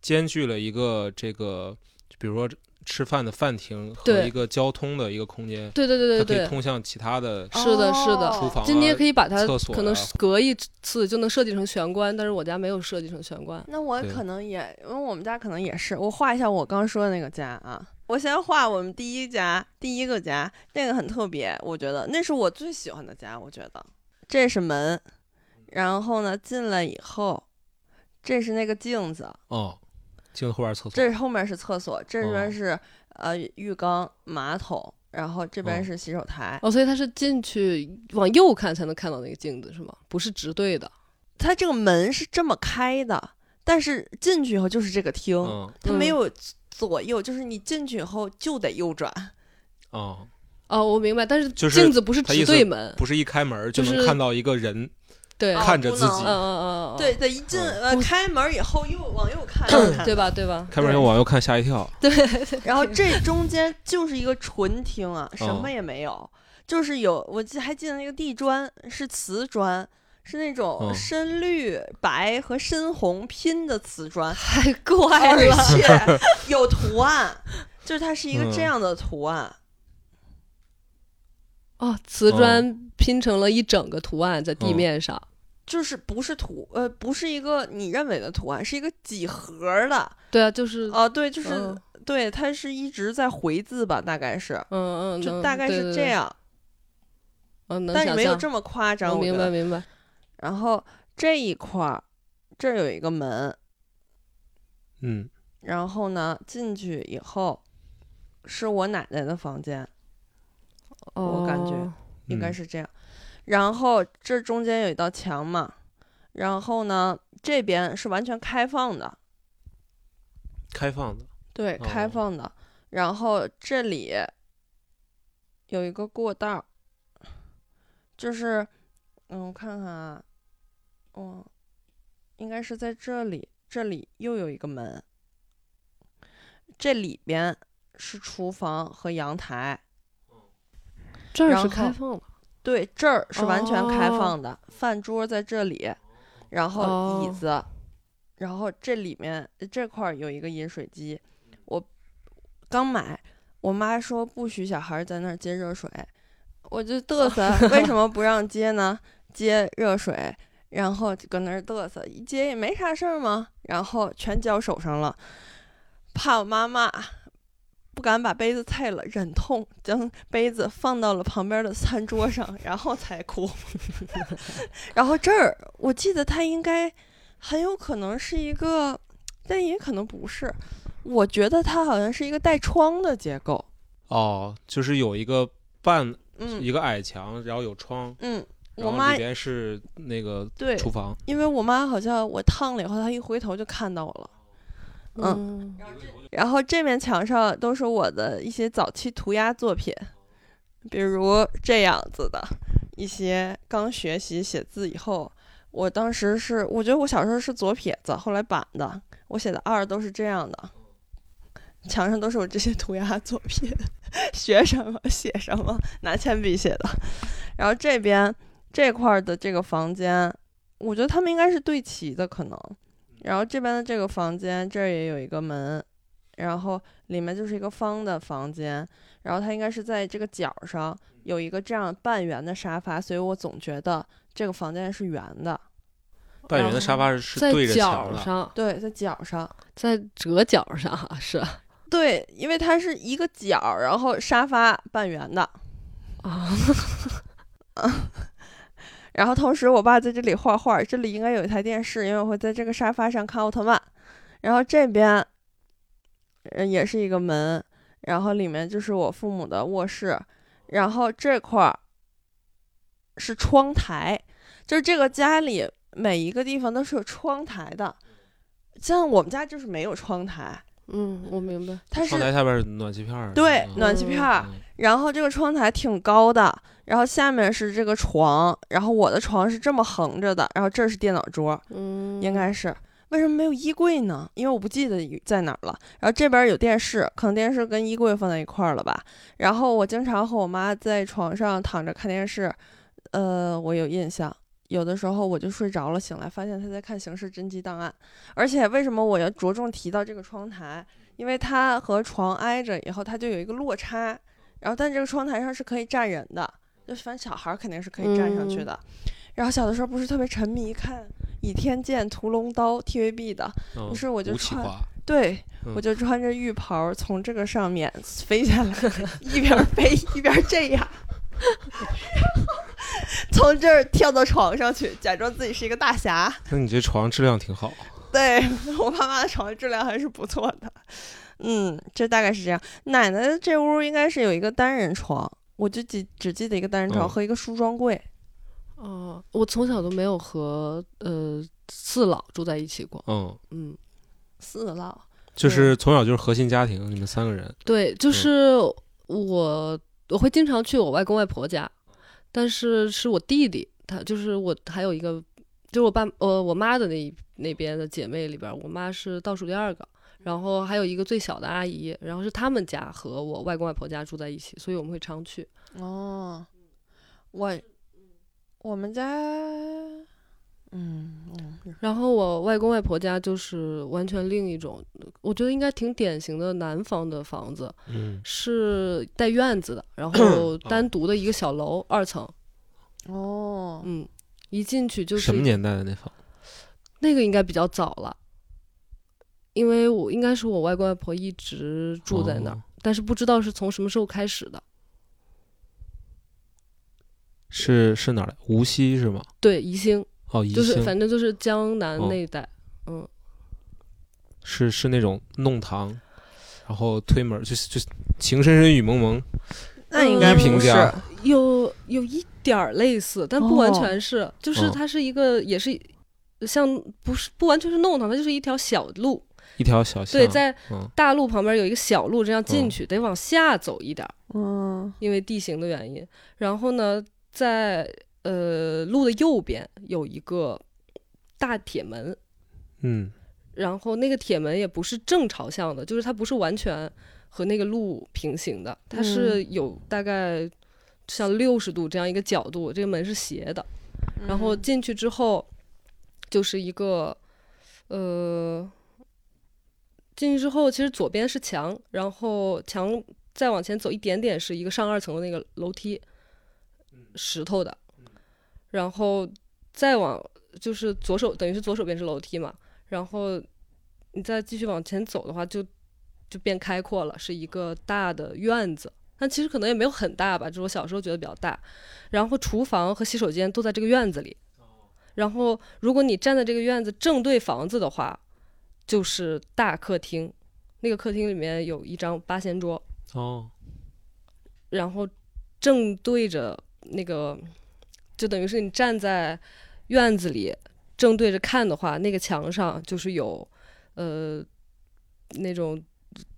兼具了一个这个，比如说吃饭的饭厅和对一个交通的一个空间，对对对它对可以对，通向其他的是的，是的。厨房、啊。就你也可以把它厕所可能啊是隔一次就能设计成玄关，但是我家没有设计成玄关。那我对可能也，因为我们家可能也是，我画一下我刚说的那个家啊。我先画我们第一家，第一个家，那个很特别，我觉得那是我最喜欢的家。我觉得这是门，然后呢进来以后，这是那个镜子，哦，进后边厕所。这后面是厕所，这哦边是、呃浴缸、马桶，然后这边哦是洗手台。哦，所以它是进去往右看才能看到那个镜子是吗？不是直对的。它这个门是这么开的，但是进去以后就是这个厅，嗯它没嗯有左右，就是你进去以后就得右转。嗯哦，哦，我明白，但是就是镜子不是它意直思对门，不是一开门就就能是看到一个人对，哦嗯看着自不己能嗯嗯嗯， <laughs> 对对，一进嗯呃我开门以后又往右看，嗯对吧？对 <laughs> 吧？开门又往右看，吓一跳。然后这中间就是一个纯厅啊，什哦么也没有，就是有我记还记得那个地砖是瓷砖。是那种嗯深绿、白和深红拼的瓷 <laughs> 砖，太怪而了， <laughs> 且有图案，就是它是一个嗯这样的图案。哦，瓷砖拼成了一整个图案在地嗯面上，就是不是图，呃，不是一个你认为的图案，是一个几何儿的。对啊，就是哦、对，就是、嗯对，它是一直在回字吧，大概是，嗯嗯，就能大概对是对这对样，嗯，能但是想没有象这么夸张。我我觉明得白明白，然后这一块儿，这儿有一个门，嗯，然后呢，进去以后是我奶奶的房间，我感觉哦应该嗯是这样。然后这中间有一道墙嘛，然后呢，这边是完全开放的，开放的。对，开哦放的。然后这里有一个过道儿，就是，嗯，我看看啊，哦，应该是在这里，这里又有一个门，这里边是厨房和阳台，这儿然是开后放的，对，这儿是完全开哦放的，饭桌在这里，然后椅哦子，然后这里面这块儿有一个饮水机，我刚买，我妈说不许小孩儿在那儿接热水，我就嘚瑟，为什么不让接呢？接热水，然后就搁那儿嘚瑟，一接也没啥事儿嘛，然后全浇手上了，怕我妈骂，不敢把杯子菜了，忍痛将杯子放到了旁边的餐桌上，然后才哭。然后这儿，我记得他应该很有可能是一个，但也可能不是。我觉得它好像是一个带窗的结构。哦，就是有一个半嗯一个矮墙，然后有窗，嗯，然我后妈里边是那个对，厨房。因为我妈好像我烫了以后，她一回头就看到我了。嗯，然后这面墙上都是我的一些早期涂鸦作品，比如这样子的一些刚学习写字以后，我当时是我觉得我小时候是左撇子，后来板的，我写的二都是这样的，墙上都是我这些涂鸦作品，学什么写什么，拿铅笔写的。然后这边这块儿的这个房间，我觉得他们应该是对齐的可能。然后这边的这个房间，这儿也有一个门，然后里面就是一个方的房间，然后它应该是在这个角儿上有一个这样半圆的沙发，所以我总觉得这个房间是圆的。半圆的沙发是是在对着墙角的，上，对，在角上。在折角上啊是对，因为它是一个角儿，然后沙发半圆的，啊，然后同时我爸在这里画画，这里应该有一台电视，因为我会在这个沙发上看奥特曼。然后这边，呃，也是一个门，然后里面就是我父母的卧室，然后这块儿是窗台，就是这个家里每一个地方都是有窗台的，嗯像我们家就是没有窗台，嗯，我明白。它窗是台下边是暖气片儿。对嗯暖气片儿，嗯然后这个窗台挺高的，然后下面是这个床，然后我的床是这么横着的，然后这是电脑桌，嗯，应该是。为什么没有衣柜呢？因为我不记得有在哪儿了。然后这边有电视，可能电视跟衣柜放在一块儿了吧。然后我经常和我妈在床上躺着看电视，呃，我有印象。有的时候我就睡着了，醒来发现她在看《刑事侦缉档案》。而且为什么我要着重提到这个窗台？因为它和床挨着以后，它就有一个落差。然后，但这个窗台上是可以站人的，就反正小孩儿肯定是可以站上去的。然后小的时候不是特别沉迷看《倚天剑》《屠龙刀》TVB 的，嗯于是我就吴启穿华对，嗯我就穿着浴袍从这个上面 <laughs> 飞下来，一边飞一边这样， <laughs> 从这儿跳到床上去，假装自己是一个大侠。那你这床质量挺好。 <laughs> 对我爸妈的床质量还是不错的，嗯，这大概是这样。奶奶的这屋应该是有一个单人床，我就记只记得一个单人床嗯和一个梳妆柜。哦，我从小都没有和呃四老住在一起过。嗯，嗯，四老，就是从小就是核心家庭，你们三个人。对，就是我我会经常去我外公外婆家，但是是我弟弟，他就是我还有一个，就是我爸呃我妈的那一那边的姐妹里边儿，我妈是倒数第二个。然后还有一个最小的阿姨，然后是他们家和我外公外婆家住在一起，所以我们会常去。哦，我我们家，嗯嗯，然后我外公外婆家就是完全另一种，我觉得应该挺典型的南方的房子，嗯，是带院子的，然后单独的一个小楼，二层。哦，嗯，一进去就是什么年代的那房？那个应该比较早了，因为我应该是我外公外婆一直住在那儿，哦但是不知道是从什么时候开始的。是是哪儿来？无锡是吗？对，宜兴哦，宜就是兴反正就是江南哦那一带。嗯，是是那种弄堂，然后推门儿，就是就是情深深雨蒙蒙，那应嗯该评不是价有有一点儿类似，但不完全是，就是哦它是一个也是像不是不完全是弄堂，它就是一条小路。一条小巷。对，在嗯大路旁边有一个小路，这样进嗯去、得往下走一点儿。嗯因为地形的原因。然后呢，在呃路的右边有一个大铁门，嗯，然后那个铁门也不是正朝向的，就是它不是完全和那个路平行的，它是有大概像六十度这样一个角度，这个门是斜的。然嗯后进去之后就是一个呃，进去之后其实左边是墙，然后墙再往前走一点点是一个上二层的那个楼梯，石头的，然后再往就是左手，等于是左手边是楼梯嘛，然后你再继续往前走的话，就就变开阔了，是一个大的院子。但其实可能也没有很大吧，就是我小时候觉得比较大。然后厨房和洗手间都在这个院子里。然后如果你站在这个院子正对房子的话，就是大客厅。那个客厅里面有一张八仙桌，哦，然后正对着那个，就等于是你站在院子里正对着看的话，那个墙上就是有呃那种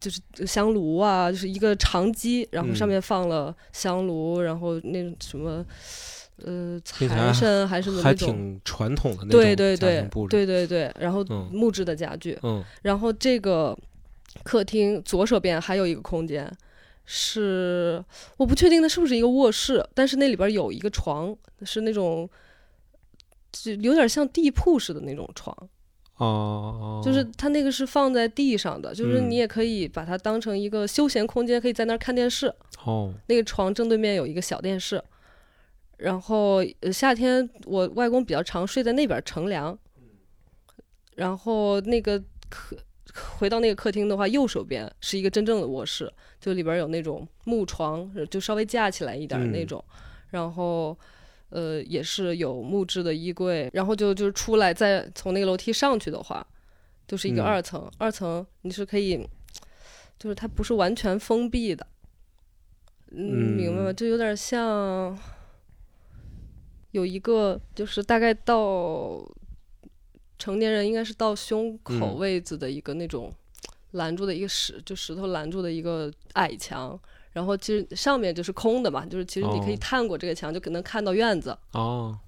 就是香炉啊，就是一个长机，然后上嗯面放了香炉，然后那种什么呃听起来财神还是什么还那种。挺传统的那种对对家对庭布置，对对对，然后嗯木质的家具，嗯，然后这个客厅左手边还有一个空间，是我不确定它是不是一个卧室，但是那里边有一个床，是那种就有点像地铺似的那种床，哦哦，就是它那个是放在地上的，就是嗯你也可以把它当成一个休闲空间，可以在那儿看电视。哦，那个床正对面有一个小电视，然后呃夏天我外公比较常睡在那边乘凉，然后那个客回到那个客厅的话，右手边是一个真正的卧室，就里边有那种木床，呃就稍微架起来一点儿嗯那种，然后。呃，也是有木质的衣柜，然后就就是出来，再从那个楼梯上去的话，就是一个嗯二层。二层你是可以，就是它不是完全封闭的，嗯，明白吗？嗯就有点像有一个，就是大概到成年人应该是到胸口嗯位置的一个那种拦住的一个石，就石头拦住的一个矮墙。然后其实上面就是空的嘛，就是其实你可以哦探过这个墙，就可能看到院子。哦，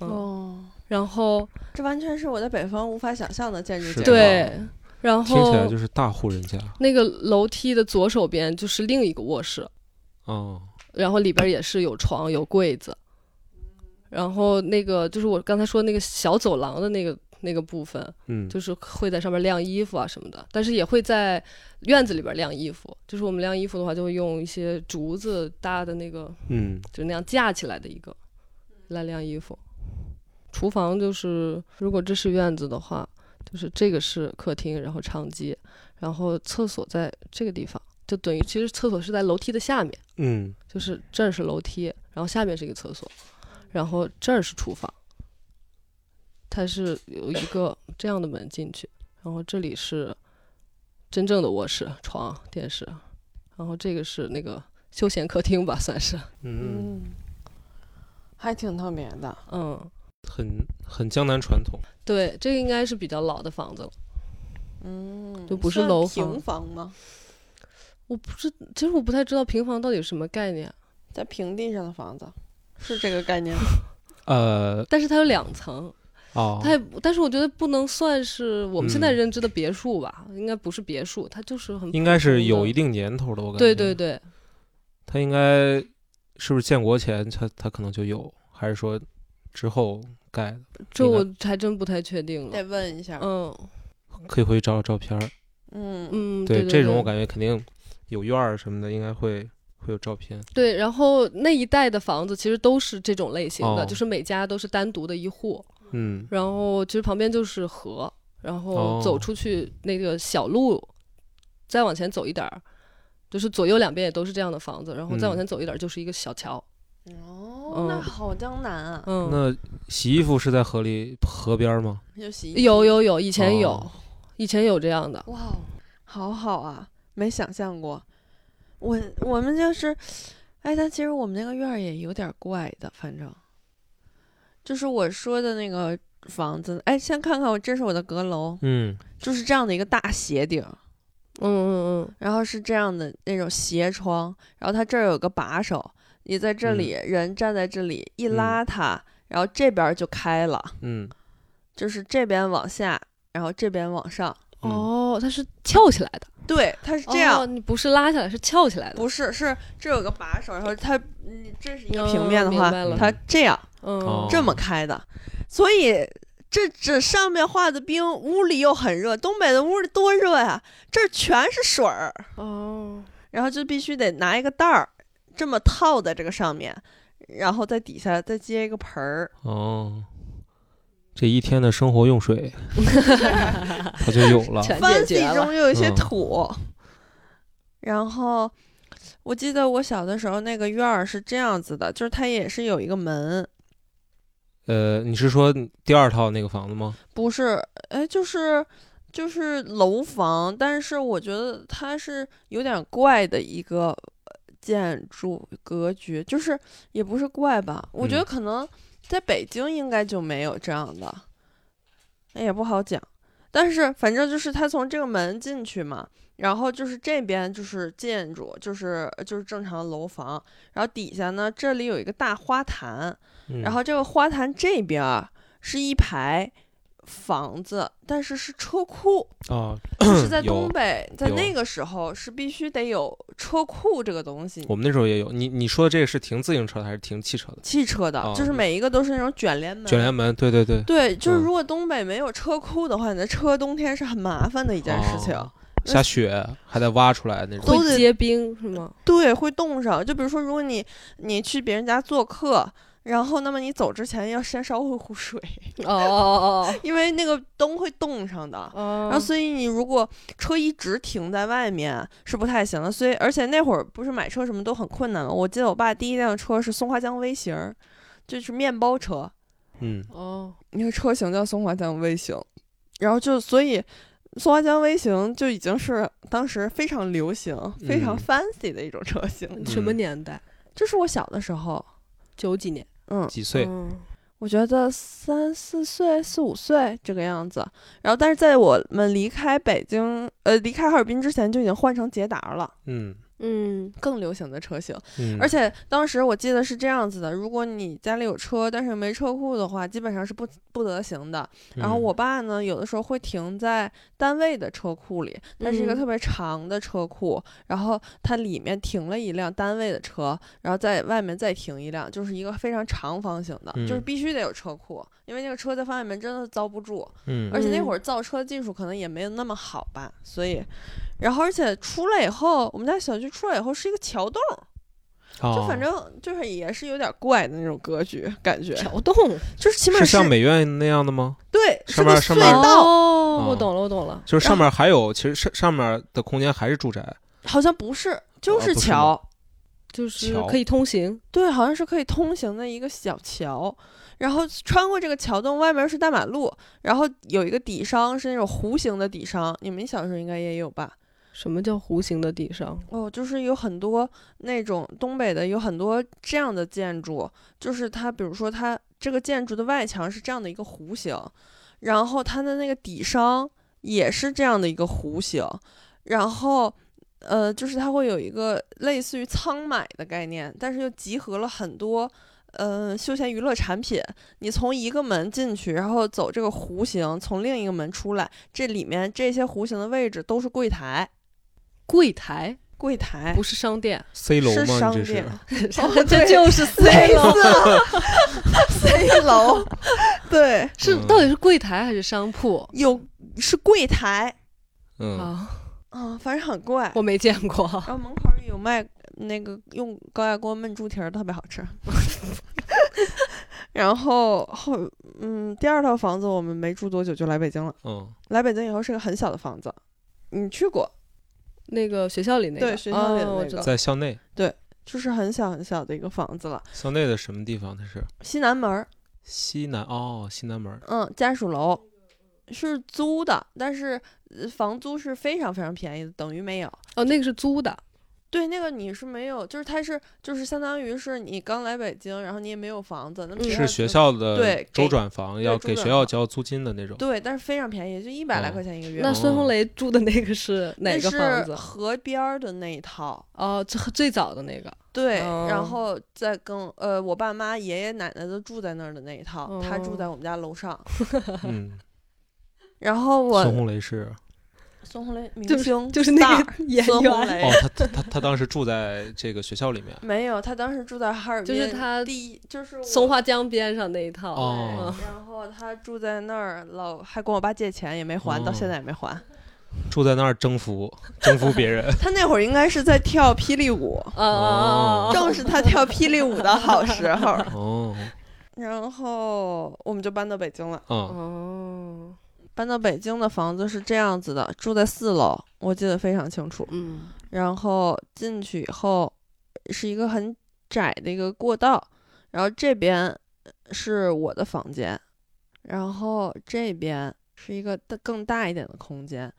嗯哦，然后这完全是我在北方无法想象的建筑是结构。的对，然听起来后就是大户人家，那个楼梯的左手边就是另一个卧室，哦，然后里边也是有床有柜子，然后那个就是我刚才说那个小走廊的那个那个部分，嗯，就是会在上面晾衣服啊什么的，但是也会在院子里边晾衣服。就是我们晾衣服的话，就会用一些竹子搭的那个，嗯，就是那样架起来的一个来晾衣服。厨房就是，如果这是院子的话，就是这个是客厅，然后长街，然后厕所在这个地方，就等于其实厕所是在楼梯的下面。嗯，就是这儿是楼梯，然后下面是一个厕所，然后这儿是厨房，它是有一个这样的门进去，然后这里是真正的卧室、床、电视，然后这个是那个休闲客厅吧，算是，嗯，嗯，还挺特别的。嗯，很很江南传统，对，这个应该是比较老的房子了，嗯，就不是算楼平房房吗？我不知，其实我不太知道平房到底是什么概念，啊在平地上的房子，是这个概 <laughs> 念吗。呃，但是它有两层，哦，嗯它也，但是我觉得不能算是我们现在认知的别墅吧，应该不是别墅，它就是很应嗯该普通是的有一定年头的，我感觉，对对，对，它应该是不是建国前它它可能就有，还是说之后盖的？这应该我还真不太确定得了。问一下。嗯可以回去找找照片儿，嗯，嗯，对这种我感觉肯定有院儿什么的，应该会会有照片。对。然后那一带的房子其实都是这种类型的，哦就是每家都是单独的一户，嗯，然后其实旁边就是河，然后哦走出去那个小路，再往前走一点儿，就是左右两边也都是这样的房子，然后再往嗯前走一点儿就是一个小桥。哦，那嗯好江南啊，嗯，那洗衣服是在河里河边儿吗？有洗衣机有有有，以前有，哦以前有这样的。哇哦，好好啊，没想象过。我我们就是，哎，但其实我们那个院儿也有点怪的，反正就是我说的那个房子，哎，先看看我，这是我的阁楼，嗯，就是这样的一个大斜顶，嗯嗯嗯，然后是这样的那种斜窗，然后它这儿有个把手，你在这里、人站在这里一拉它，然后这边儿就开了，嗯，就是这边往下，然后这边往上，嗯哦，它是翘起来的，对，它是这样。哦，你不是拉下来，是翘起来的。不是，是这有个把手，然后它，你这是一个嗯平面的明话，白了它这样嗯，哦这么开的，所以这这上面画的冰，屋里又很热，东北的屋里多热呀、这儿全是水儿，哦，然后就必须得拿一个袋儿这么套在这个上面，然后在底下再接一个盆儿。哦，这一天的生活用 <laughs> 水，它就有哦了。全解决 fancy 了。中又有一些嗯土。然后我记得我小的时候那个院儿是这样子的，就是它也是有一个门，呃，你是说第二套那个房子吗？不是，哎，就是就是楼房，但是我觉得它是有点怪的一个呃建筑格局，就是也不是怪吧，我觉得嗯可能在北京应该就没有这样的，哎也不好讲。但是反正就是它从这个门进去嘛，然后就是这边就是建筑，就是呃就是正常的楼房，然后底下呢这里有一个大花坛，嗯、然后这个花坛这边儿是一排房子，但是是车库，啊， <clears throat> 就是在有东北，在有那个时候是必须得有车库这个东西。我们那时候也有。你你说的这个是停自行车的还是停汽车的？汽车的，啊就是每一个都是那种卷帘门。卷帘门，对对对，对，就是嗯如果东北没有车库的话，你的车冬天是很麻烦的一件事情。哦下雪还得挖出来那种。 <laughs> 都得会结冰是 <laughs> 吗？对，会冻上。就比如说，如果你你去别人家做客，然后那么你走之前要先烧一壶水，哦哦因为那个灯会冻上的。哦哦，然后，所以你如果车一直停在外面是不太行的，所以而且那会儿不是买车什么都很困难嘛。我记得我爸第一辆车是松花江 V 型儿，就是面包车，嗯，哦，那个车型叫松花江 V 型，然后就所以松花江 V 型就已经是当时非常流行、非常嗯 fancy 的一种车型。什么嗯年代？这是我小的时候，九几年？嗯，几岁？嗯我觉得三四岁、四五岁这个样子。然后但是在我们离开北京，呃，离开哈尔滨之前就已经换成捷达了。嗯嗯，更流行的车型，嗯，而且当时我记得是这样子的：如果你家里有车，但是没车库的话，基本上是不不得行的。然后嗯我爸呢，有的时候会停在单位的车库里，它是一个嗯特别长的车库，然后它里面停了一辆单位的车，然后在外面再停一辆，就是一个非常长方形的，就是嗯必须得有车库，因为那个车在外面真的遭不住。嗯而且那嗯会儿造车技术可能也没有那么好吧，所以，然后而且出来以后，我们家小区出来以后是一个桥洞，就哦反正就是也是有点怪的那种格局感觉，桥 <laughs> 洞就是起码是像美院那样的吗？对是上面个上隧面道，哦，我哦懂了，我懂了。就是然上面还有，其实上上面的空间还是住宅。好像不是，就啊是不是桥，就是桥可以通行，对，好像是可以通行的一个小桥，然后穿过这个桥洞，外面是大马路，然后有一个底商是那种弧形的底商，你们小时候应该也有吧？什么叫弧形的底商？哦，就是有很多那种东北的有很多这样的建筑，就是它，比如说它这个建筑的外墙是这样的一个弧形，然后它的那个底商也是这样的一个弧形，然后呃，就是它会有一个类似于仓买的概念，但是又集合了很多。呃，休闲娱乐产品，你从一个门进去，然后走这个弧形，从另一个门出来，这里面这些弧形的位置都是柜台，柜台柜台不是商店， C 楼是吗？商你这 <laughs> 是店，哦 <laughs> 这就是 <laughs> C 黑楼，色 C 楼，对，是嗯到底是柜台还是商铺有是柜台，嗯，啊？嗯，反正很怪。 <laughs> 我没见过，然后门口有卖那个用高压锅焖猪蹄儿，特别好吃。 <laughs> 然后后嗯，第二套房子我们没住多久就来北京了。嗯，来北京以后是个很小的房子，你去过，那个学校里那个，对学校里的哦那我知个道在校内，就是很小很小的一个房子了。校内的什么地方？它是西南门儿，西南哦，西南门儿。嗯，家属楼是租的，但是呃房租是非常非常便宜的，等于没有。哦，那个是租的，对，那个你是没有，就是它是就是相当于是你刚来北京，然后你也没有房子，那么嗯学是学校的对周给转房，要周给转学校房交租金的那种。对，但是非常便宜，就一百来哦块钱一个月。那孙红雷住的那个是哪那个房子是？河边儿的那一套，哦，最最早的那个，对，哦然后再跟呃我爸妈、爷爷奶奶都住在那儿的那一套，他住哦在我们家楼上。嗯，然后 <laughs> 孙我红雷是 <laughs> 孙红雷明就是星就是那 <laughs> 个 star 演孙红员，雷哦，他他他他当时住在这个学校里面。没有，他当时住在哈尔就滨，是他第一就是我松花江边上那一套。哦对，然后他住在那儿，老还管我爸借钱，也没还，到哦现在也没还。。住在那儿征服征服别人 <laughs> 他那会儿应该是在跳霹雳舞，啊啊啊！正是他跳霹雳舞的好时候。 <laughs> 哦，然后我们就搬到北京了。嗯，哦，搬到北京的房子是这样子的，住在四楼，我记得非常清楚。嗯然后进去以后是一个很窄的一个过道，然后这边是我的房间，然后这边是一个大更大一点的空间，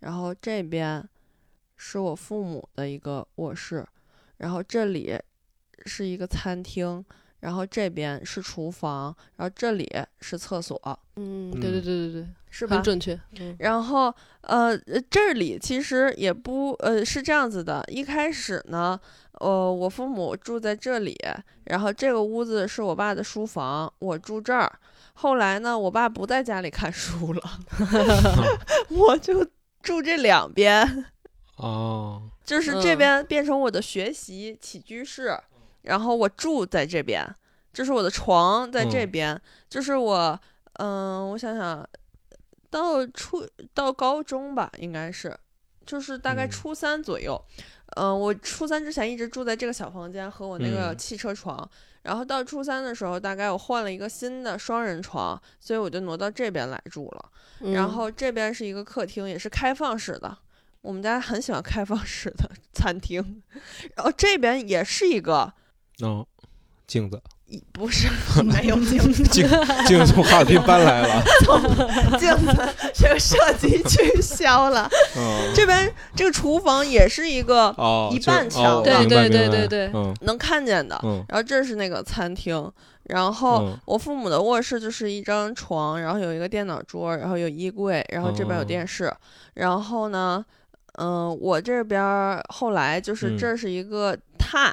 然后这边是我父母的一个卧室，然后这里是一个餐厅，然后这边是厨房，然后这里是厕所，嗯，对对对对是对，吧很？准确。嗯然后呃，呃这里其实也不呃是这样子的，一开始呢，呃，我父母住在这里，然后这个屋子是我爸的书房，我住这儿。后来呢，我爸不在家里看书了， <laughs> 我就住这两边， <laughs> 哦，就是这嗯边变成我的学习起居室，然后我住在这边，这是我的床在这嗯边，这是我嗯、我想想，到初到高中吧，应该是，就是大概嗯初三左右。嗯、我初三之前一直住在这个小房间和我那个嗯汽车床，然后到初三的时候，大概我换了一个新的双人床，所以我就挪到这边来住了。嗯然后这边是一个客厅，也是开放式的。我们家很喜欢开放式的 <laughs> 餐厅，然后这边也是一个，嗯，镜子，一不是 <laughs> 没有镜子，镜 <laughs> 镜子从哈尔滨搬来了。 <laughs> 镜子这个设 <laughs> 计取消了。嗯，这边这个厨房也是一个哦，一就是半墙哦对明白对明对白对对嗯能看见的，嗯然后这是那个餐厅，然后嗯我父母的卧室就是一张床，然后有一个电脑桌，然后有衣柜，然后这边有哦电视，然后呢，嗯、我这边儿后来就是嗯这是一个榻，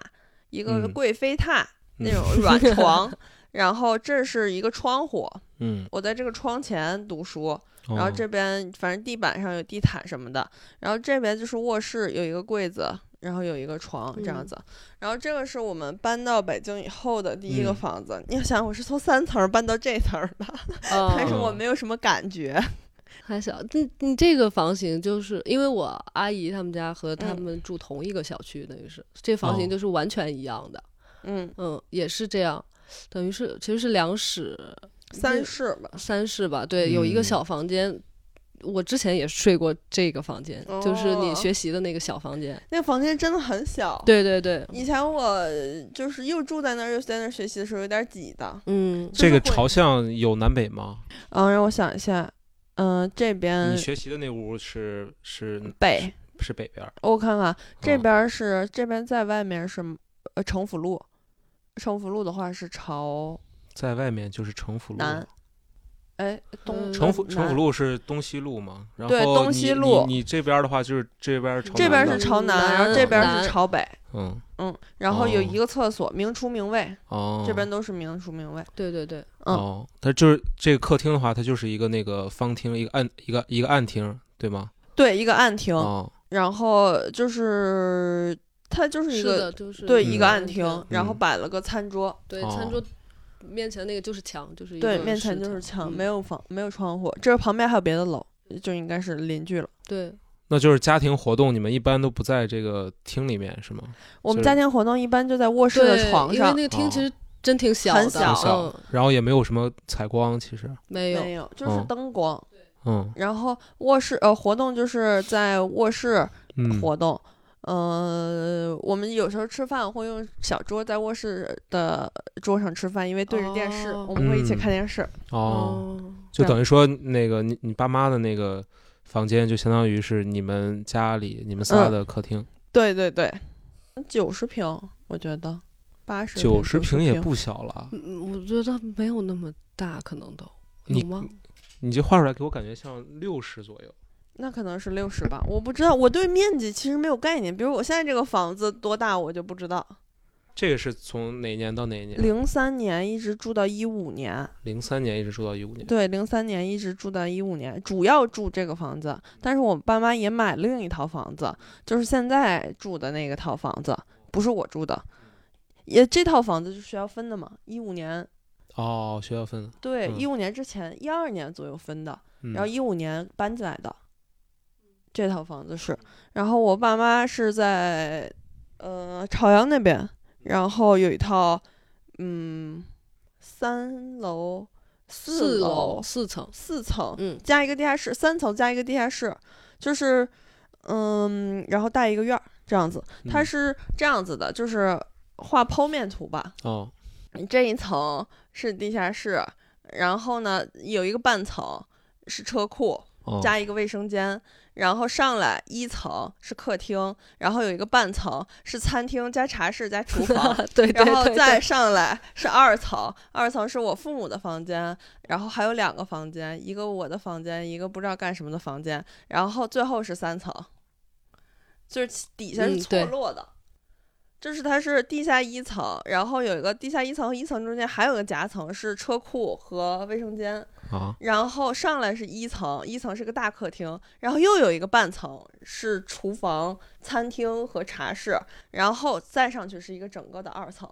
一个嗯贵妃榻、那嗯种软床， <laughs> 然后这是一个窗户，嗯，我在这个窗前读书，哦然后这边反正地板上有地毯什么的，然后这边就是卧室有一个柜子，然后有一个床这样嗯子。然后这个是我们搬到北京以后的第一个嗯房子。你要想，我是从三层儿搬到这层儿的，但是哦，我嗯没有什么感觉。还小，你你这个房型就是因为我阿姨他们家和嗯他们住同一个小区，等于是这房型哦就是完全一样的。嗯，嗯，也是这样，等于是其实是两室三那室吧。三室吧，对，有一个嗯小房间。我之前也睡过这个房间，就是哦你学习的那个小房间。那房间真的很小。对对对，以前我就是又住在那儿又在那儿学习的时候有点挤的。嗯这个就是会朝向有南北吗？嗯，让我想一下，嗯、这边你学习的那屋是是北，是北边儿，我看看这嗯边儿是这边在外面是呃城府路，城府路的话是朝在外面就是城府路。南哎东嗯城府城府南路是东西路嘛？然后对东你西你路你这边儿的话就是这边儿朝这边南儿是的朝南，然后南这边儿南是朝北，嗯嗯，然后有哦一个厕所，明厨明卫，哦这边都是明厨明卫，对对对，嗯哦，它就是这个客厅的话，它就是一个那个方厅，一个暗一个一个暗厅，对吗？对，一个暗厅，哦，然后就是它就是一是个的，就是对嗯一个暗厅，然后嗯摆了个餐桌，对，哦餐桌面前那个就是墙，就是一对，个面前石就是墙，墙，嗯没有房，没有窗户，这旁边还有别的楼，就应该是邻居了。对，那就是家庭活动，你们一般都不在这个厅里面是吗？我们就家是庭活动一般就在卧室的对床因为上，那个厅其哦实真挺小的，很小很小嗯，然后也没有什么采光，其实，没有，没有，就是嗯灯光。嗯然后卧室呃活动就是在卧室嗯，活动，呃，我们有时候吃饭会用小桌在卧室的桌上吃饭，因为对着电视，哦我们会一起嗯看电视。哦，哦，这就样等于说那个你你爸妈的那个房间，就相当于是你们家里你们仨嗯的客厅，对对对，九十平，我觉得八十九十十平也不小了。嗯我觉得没有那么大，可能都你有吗？你这画出来给我感觉像六十左右。那可能是六十吧，我不知道，我对面积其实没有概念，比如我现在这个房子多大我就不知道。这个是从哪年到哪年？零三年一直住到一五年，零三年一直住到一五年。对，零三年一直住到一五年，主要住这个房子，但是我爸妈也买了另一套房子，就是现在住的那个套房子，不是我住的，也这套房子就是学校分的嘛，一五年，哦，学校分。对，嗯一五年之前，一二年左右分的，嗯嗯、然后一五年搬进来的，这套房子是。然后我爸妈是在呃朝阳那嗯边，然后有一套嗯三楼、四楼、四层，四层，嗯，加一个地下室，三层加一个地下室，就是嗯，然后带一个院儿这样子。它嗯是这样子的，就是画剖面图吧。哦，这一层是地下室，然后呢有一个半层是车库哦，加一个卫生间，然后上来一层是客厅，然后有一个半层是餐厅加茶室加厨房 <laughs> 对对然后对再对，上来是二层，二层是我父母的房间，然后还有两个房间，一个我的房间，一个不知道干什么的房间，然后最后是三层，就是其底下是嗯错对落的，就是它是地下一层，然后有一个地下一层和一层中间还有个夹层是车库和卫生间，啊，然后上来是一层，一层是个大客厅，然后又有一个半层是厨房、餐厅和茶室，然后再上去是一个整个的二层。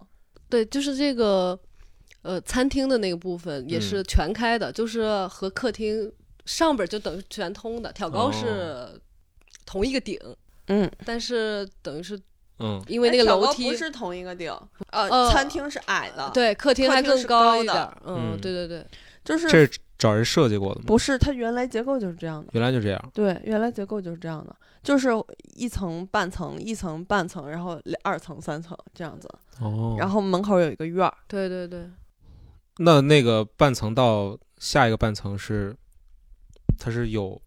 对，就是这个呃餐厅的那个部分也嗯是全开的，就是和客厅上边儿就等于全通的，挑高是哦同一个顶，嗯，但是等于是嗯，因为那个哎挑楼高梯不是同一个顶，呃，呃餐厅是矮的，，对，客厅客还厅更是高一的点儿，嗯，嗯对对对，就是这是找人设计过的吗？不是它原来结构就是这样的。原来就这样。对，原来结构就是这样的，就是一层半层，一层半层，然后两二层、三层这样子，哦，然后门口有一个院儿，对对对，那那个半层到下一个半层是，它是有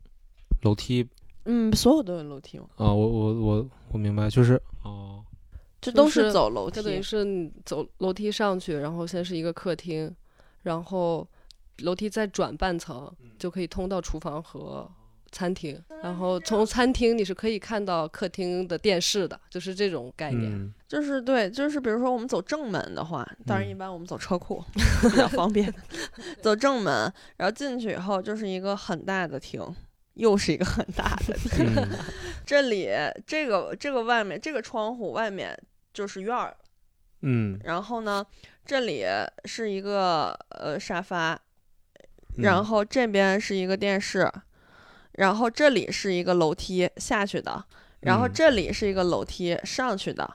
楼梯嗯，所有都有楼梯嘛，啊、我我我我明白，就是哦，这就都是走楼它等于梯，是你走楼梯上去，然后先是一个客厅，然后楼梯再转半层，嗯就可以通到厨房和哦餐厅。然后从餐厅你是可以看到客厅的电视的，就是这种概念。嗯，就是对，就是比如说我们走正门的话，当然嗯一般我们走车 <laughs> 库比较方 <laughs> 便，走正门，然后进去以后就是一个很大的厅，又是一个很大的厅。嗯这里这个这个外面这个窗户外面就是院儿， <laughs> 嗯，然后呢，这里是一个呃沙发，嗯然后这边是一个电视，然后这里是一个楼梯下去的，然后嗯这里是一个楼梯上去的，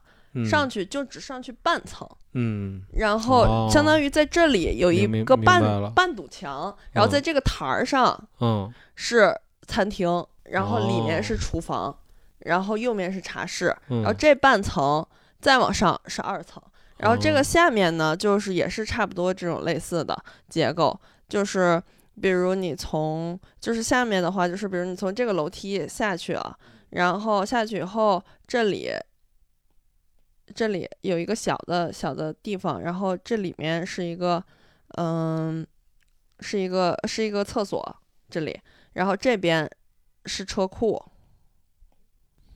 上去就只上去半层。嗯然后相当于在这里有一明明个半明白了半堵墙，然后在这个台儿上嗯是餐厅，然后里面是哦厨房，然后右面是茶室，嗯，然后这半层再往上是二层，然后这个哦下面呢，就是也是差不多这种类似的结构，就是比如你从就是下面的话，就是比如你从这个楼梯下去了，然后下去以后这里。这里有一个小的小的地方，然后这里面是一个，嗯，是一个是一个厕所，这里，然后这边是车库，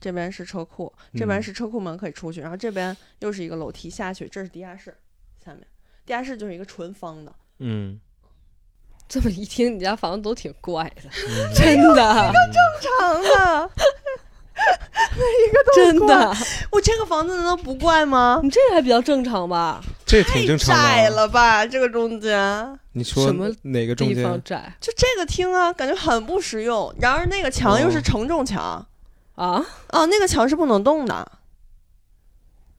这边是车库，这边嗯是车库门可以出去，然后这边又是一个楼梯下去，这是地下室，下面地下室就是一个纯方的， <laughs> 嗯， <laughs> 这么一听，你家房子都挺怪 <laughs> 的，真嗯的， <laughs> 长的，真的怪，我这个房子难道不怪吗？你这还比较正常吧？ <laughs> 这挺正常窄的啊。了吧，这个中间你说什么哪个中地间？方 <laughs> 窄就这个厅啊，感觉很不实用。然而那个墙又是哦承重墙，啊？哦，那个墙是不能动的，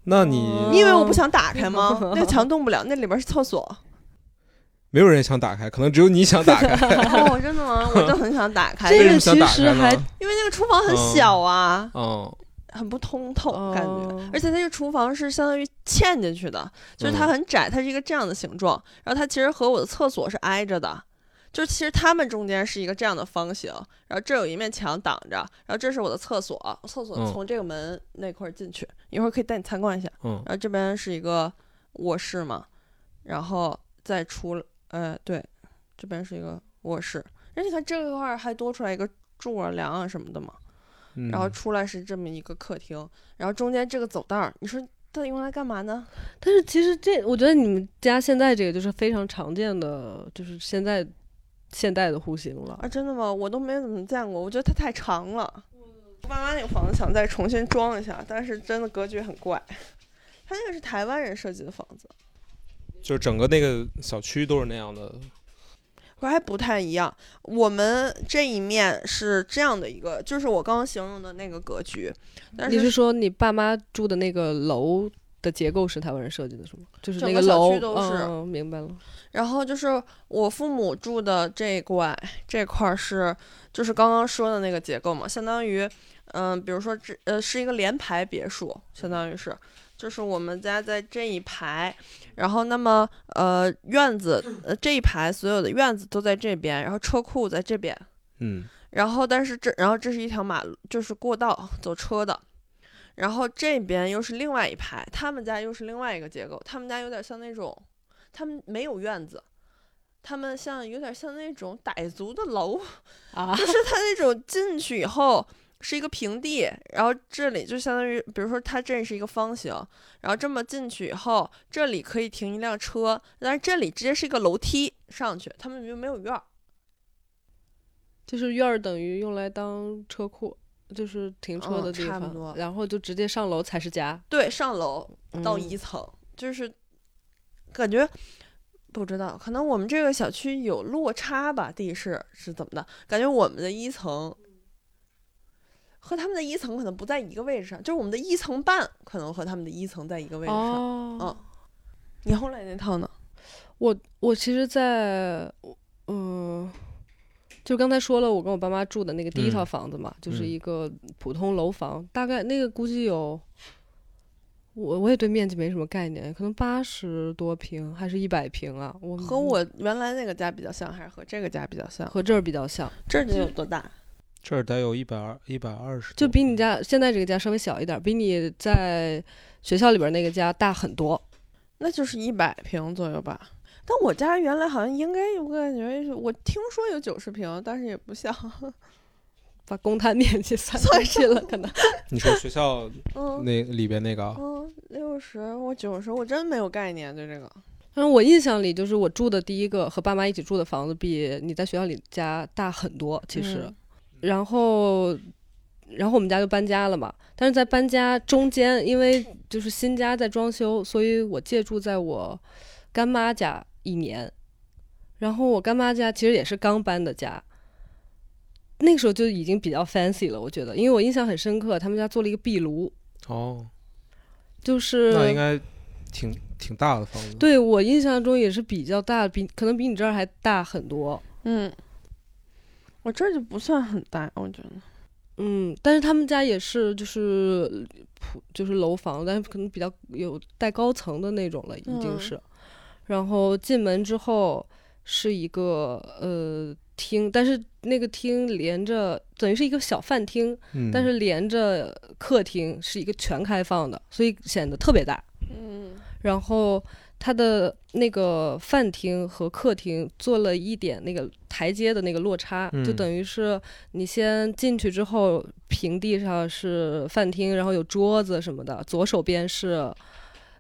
那你嗯你以为我不想打开吗？那个墙动不了，那里边是厕所。 <laughs> 没有人想打开，可能只有你想打 <laughs> 开。哦，真的吗？我就很想打开，这为个什么想其打实开还呢？因为那个厨房很嗯小啊，哦，很不通透感觉。哦而且它这个厨房是相当于嵌进去的，就是它嗯很窄，它是一个这样的形状。然后它其实和我的厕所是挨着的，就是其实它们中间是一个这样的方形。然后这有一面墙挡着，然后这是我的厕所，厕所嗯从这个门那块儿进去，一会儿可以带你参观一下。嗯，呃然后这边是一个卧室嘛，然后再出了，呃，对，这边是一个卧室。而且它这块儿还多出来一个柱啊、梁啊什么的嘛。嗯然后出来是这么一个客厅，然后中间这个走道儿，你说它用来干嘛呢？但是其实这，我觉得你们家现在这个就是非常常见的，就是现在现代的户型了。啊，真的吗？我都没怎么见过，我觉得它太长了。我爸妈那个房子想再重新装一下，但是真的格局很怪。它那个是台湾人设计的房子，就是整个那个小区都是那样的。可还不太一样。我们这一面是这样的一个，就是我刚刚形容的那个格局，但你是是说你爸妈住的那个楼的结构是台湾人设计的，是吗？就是整那个小楼，区都是嗯，明白了。然后就是我父母住的这一块，这块儿是就是刚刚说的那个结构嘛，相当于，嗯、比如说这呃是一个联排别墅，相当于是，就是我们家在这一排，然后那么呃院子呃这一排所有的院子都在这边，然后车库在这边，嗯，然后但是这然后这是一条马路，就是过道走车的。然后这边又是另外一排，他们家又是另外一个结构，他们家有点像那种，他们没有院子，他们像有点像那种傣族的楼， <laughs> 啊就是他那种进去以后是一个平地，然后这里就相当于，比如说它这是一个方形，然后这么进去以后，这里可以停一辆车，但是这里直接是一个楼梯上去，他们就没有院儿。就是院儿等于用来当车库，就是停车嗯的地差方，不多然后就直接上楼才是家。对，上楼到嗯一层，就是感觉不知道，可能我们这个小区有落差吧，地势是怎么的？感觉我们的一层和他们的一层可能不在一个位置上，就是我们的一层半可能和他们的一层在一个位置上。哦嗯你后来那套呢？我我其实在，嗯、就刚才说了，我跟我爸妈住的那个第一套嗯房子嘛，就是嗯一个普通楼房，大概那个估计有，我我也对面积没什么概念，可能八十多平还是一百平啊。我和我原来那个家比较像，还是和这个家比较像？和这儿比较像，嗯这儿得有多大？这儿得有一百二一百二十，就比你家现在这个家稍微小一点，比你在学校里边那个家大很多。那就是一百平左右吧。但我家原来好像应该，我感觉是我听说有九十平，但是也不像。把公摊面积 <laughs> 算进去了，可能你说学校嗯，那里边那个啊，嗯，六十，我九十，我真没有概念对这个。但是我印象里，就是我住的第一个和爸妈一起住的房子，比你在学校里家大很多。其实，嗯然后，然后我们家就搬家了嘛。但是在搬家中间，因为就是新家在装修，所以我借住在我干妈家一年。然后我干妈家其实也是刚搬的家，那个时候就已经比较 fancy 了，我觉得，因为我印象很深刻，他们家做了一个壁炉，哦，就是那应该挺挺大的房子，，呃对我印象中也是比较大，比可能比你这儿还大很多。嗯，我这儿就不算很大，我觉得。嗯，但是他们家也是就是普就是楼房，但是可能比较有带高层的那种了，已经嗯是。然后进门之后是一个呃厅，但是那个厅连着等于是一个小饭厅，嗯，但是连着客厅是一个全开放的，所以显得特别大。嗯然后它的那个饭厅和客厅做了一点那个台阶的那个落差，嗯就等于是你先进去之后，平地上是饭厅，然后有桌子什么的，左手边是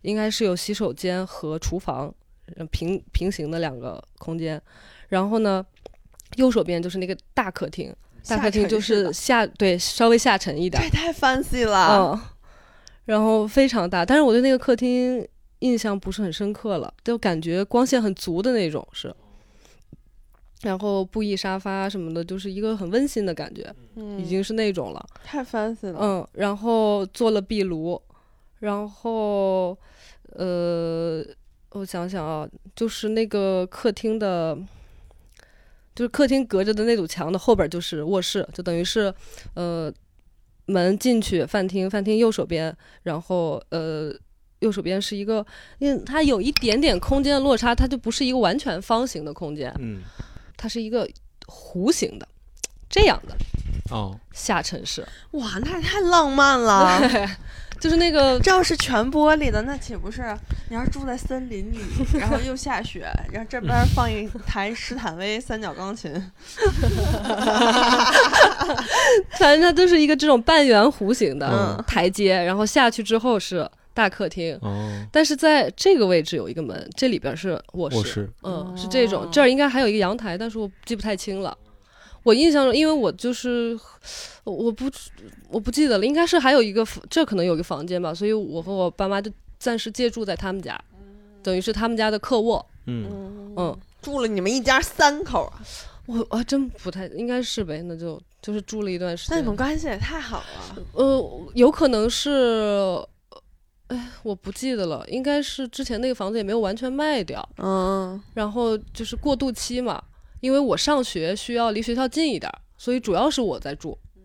应该是有洗手间和厨房，呃平平行的两个空间，然后呢，右手边就是那个大客厅。大下客厅沉就式是的下对稍微下沉一点这儿，也太 fancy 了。嗯，然后非常大，但是我对那个客厅印象不是很深刻了，就感觉光线很足的那种是。然后布艺沙发什么的，就是一个很温馨的感觉，嗯，已经是那种了。太 fancy 了。嗯，然后做了壁炉，然后呃，我想想啊，就是那个客厅的，就是客厅隔着的那堵墙的后边儿就是卧室，就等于是呃门进去饭厅，饭厅右手边，然后呃。右手边是一个，因为它有一点点空间的落差，它就不是一个完全方形的空间，嗯，它是一个弧形的，这样的哦，下沉式，哇，那也太浪漫 <laughs> 了。就是那个这要是全玻璃的，那岂不是？你要是住在森林里，然后又下雪，然后这边放一台斯坦威三角钢琴，嗯 <laughs> 反正它就是一个这种半圆弧形的嗯台阶，然后下去之后是大客厅，哦，但是在这个位置有一个门，这里边是卧室，卧室，嗯，是这种哦，这儿应该还有一个阳台，但是我记不太清了。我印象中，因为我就是我我不我不记得了，应该是还有一个这可能有一个房间吧，所以我和我爸妈就暂时借住在他们家，等于是他们家的客卧，嗯嗯嗯，住了你们一家三口啊？我我还真不太应该是呗，那就就是住了一段时那你们间。关系也太好了。呃，有可能是，哎，我不记得了，应该是之前那个房子也没有完全卖掉，嗯，然后就是过渡期嘛，因为我上学需要离学校近一点儿，所以主要是我在住，嗯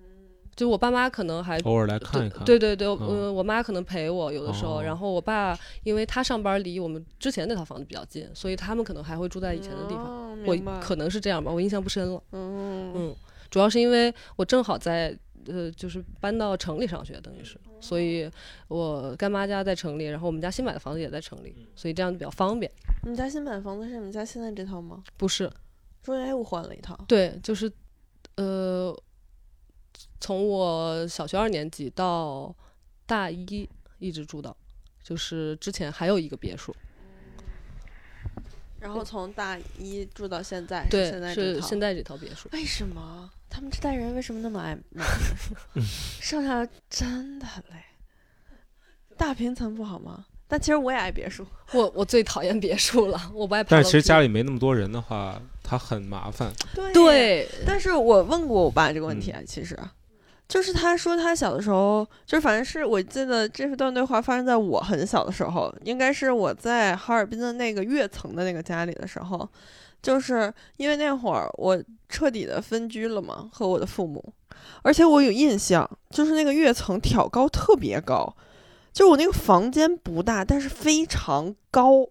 就我爸妈可能还偶尔来哦看一看。嗯对对对，嗯呃，我妈可能陪我有的时候，哦然后我爸因为他上班离我们之前那套房子比较近，所以他们可能还会住在以前的地方。哦我明白可能是这样吧，我印象不深了。嗯嗯，主要是因为我正好在呃，就是搬到城里上学，等于是，嗯所以我干妈家在城里，然后我们家新买的房子也在城里，嗯所以这样就比较方便。你们家新买的房子是你们家现在这套吗？不是，中间又换了一套。对，就是呃，从我小学二年级到大一一直住到，就是之前还有一个别墅，然后从大一住到现在，是对哎现，在这是套现在这套别墅。为什么他们这代人为什么那么爱买？剩下的真的累，大平层不好吗？但其实我也爱别墅，我我最讨厌别墅了，我不爱爬但楼梯。是其实家里没那么多人的话，它很麻烦。对对，但是我问过我爸这个问题啊，其实就是他说他小的时候，就是反正是我记得这段对话发生在我很小的时候，应该是我在哈尔滨的那个跃层的那个家里的时候，就是因为那会儿我彻底的分居了嘛，和我的父母，而且我有印象，就是那个跃层挑高特别高，就我那个房间不大，但是非常高，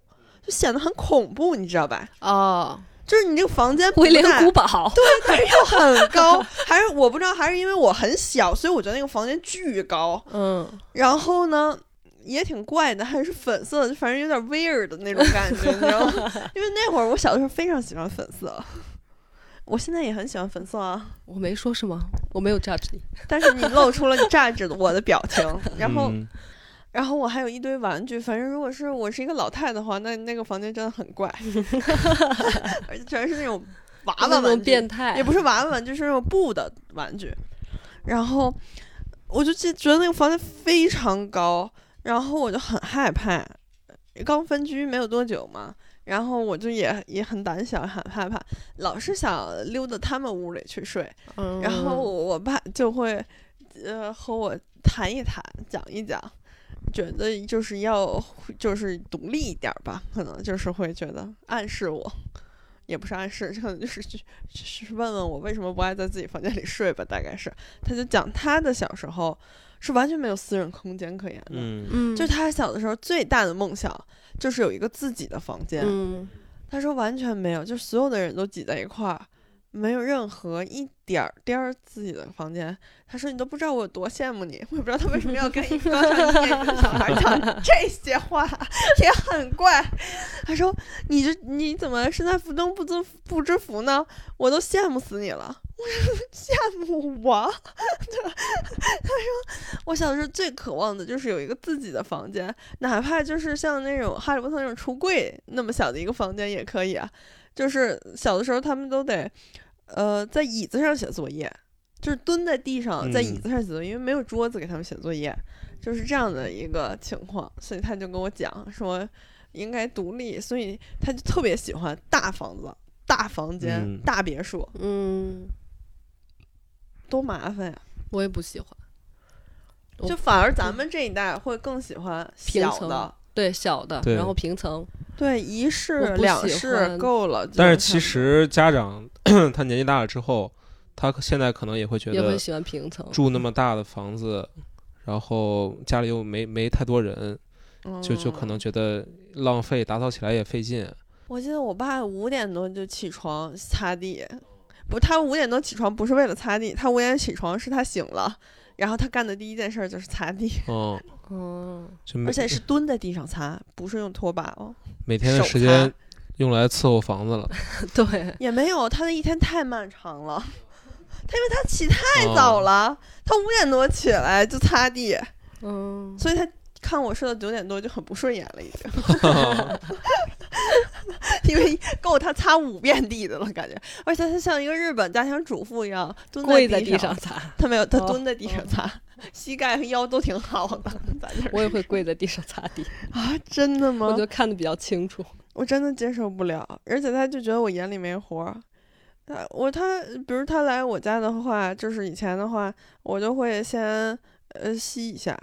就显得很恐怖，你知道吧？哦，就是你这个房间不威廉大古堡，但是又很高，还是我不知道，还是因为我很小，所以我觉得那个房间巨高。嗯，然后呢，也挺怪的，还是粉色的，反正有点 weird 的那种感觉，你知道吗？因为那会儿我小的时候非常喜欢粉色，我现在也很喜欢粉色啊。我没说是吗？我没有 judge 你。但是你露出了你榨着我的表情，然后，嗯然后我还有一堆玩具。反正如果是我是一个老太太的话，那那个房间真的很怪，而且全是那种娃娃那玩种具，变态也，不是娃娃玩具，就是那种布的玩具。然后我就记觉得那个房间非常高，然后我就很害怕。刚分居没有多久嘛，然后我就也也很胆小，很害怕，老是想溜到他们屋里去睡。嗯 <laughs> 然后我我爸就会，呃，和我谈一谈，讲一讲，觉得就是要就是独立一点儿吧，可能就是会觉得暗示我，也不是暗示，可能就是去是问问我为什么不爱在自己房间里睡吧，大概是。他就讲他的小时候是完全没有私人空间可言的，嗯，嗯，就他小的时候最大的梦想就是有一个自己的房间，嗯他说完全没有，就所有的人都挤在一块儿，没有任何一点儿点儿自己的房间。他说你都不知道我有多羡慕你，我也不知道他为什么要跟一 <laughs> 个刚上一年级的小孩讲这些话，也很怪。他说你这你怎么身在福中不知不知福呢？我都羡慕死你了。我说羡慕我， <laughs> 对吧？他说我小时候最渴望的就是有一个自己的房间，哪怕就是像那种哈利波特那种橱柜那么小的一个房间也可以啊。就是小的时候他们都得，呃，在椅子上写作业，就是蹲在地上在椅嗯子上写作业，因为没有桌子给他们写作业，就是这样的一个情况。所以他就跟我讲说应该独立，所以他就特别喜欢大房子、大房间、嗯大别墅，嗯，多麻烦呀！我也不喜欢。我就反而咱们这一代会更喜欢平小层的，对小的，对然后平层，对一我室不两喜室欢够了。但是基其本上实家长 <clears throat> 他年纪大了之后，他现在可能也会觉也得会喜欢平层。住那么大的房子，然后家里又没没太多人，就就可嗯能觉得浪费，打扫起来也费劲。我记得我爸五点多就起床擦地，不，他五点多起床不是为了擦地，他五点起床是他醒了，然后他干的第一件事儿就是擦地，嗯，嗯，就每而且是蹲在地上擦，不是用拖把哦， <laughs> 每天的手擦时间用来伺候房子了， <laughs> 对，也没有，他的一天太漫长了， <laughs> 他因为他起 <laughs> 太太哦早。了，他五点多起来就擦地，嗯，所以他看我睡到九点多就很不顺眼了，已经， <laughs> 因为够他擦五遍地的了，感觉，而且他像一个日本家庭主妇一样蹲跪在地地上擦，他没有，他哦蹲在地上擦，膝盖和腰都挺好的。咱这儿 <laughs> 我也会跪在地上擦地，啊，真的吗我就看的比较清楚。我真的接受不了，而且他就觉得我眼里没活儿。他我他，比如他来我家的话，就是以前的话，我就会先呃吸一下，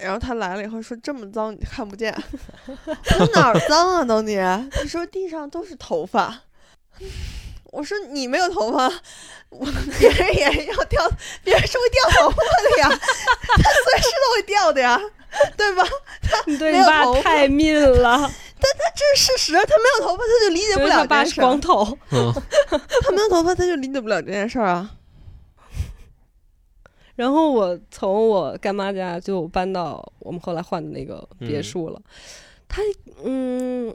然后他来了以后说这么脏你看 <laughs> 不见，他哪儿脏啊都你？他说地上都是头发。 <laughs> 我说你没有头发，我别人也要掉，别人是会掉头发的呀，他随时都会掉的呀，对吧？你对没你有爸头发太命 <laughs> 了，这是事实，他没有头发他就理解因不为了他这爸件是事儿。光头。 <laughs> 嗯， <laughs> 他没有头发他就理解不了这件事儿啊。然后我从我干妈家就搬到我们后来换的那个别嗯墅了。它嗯，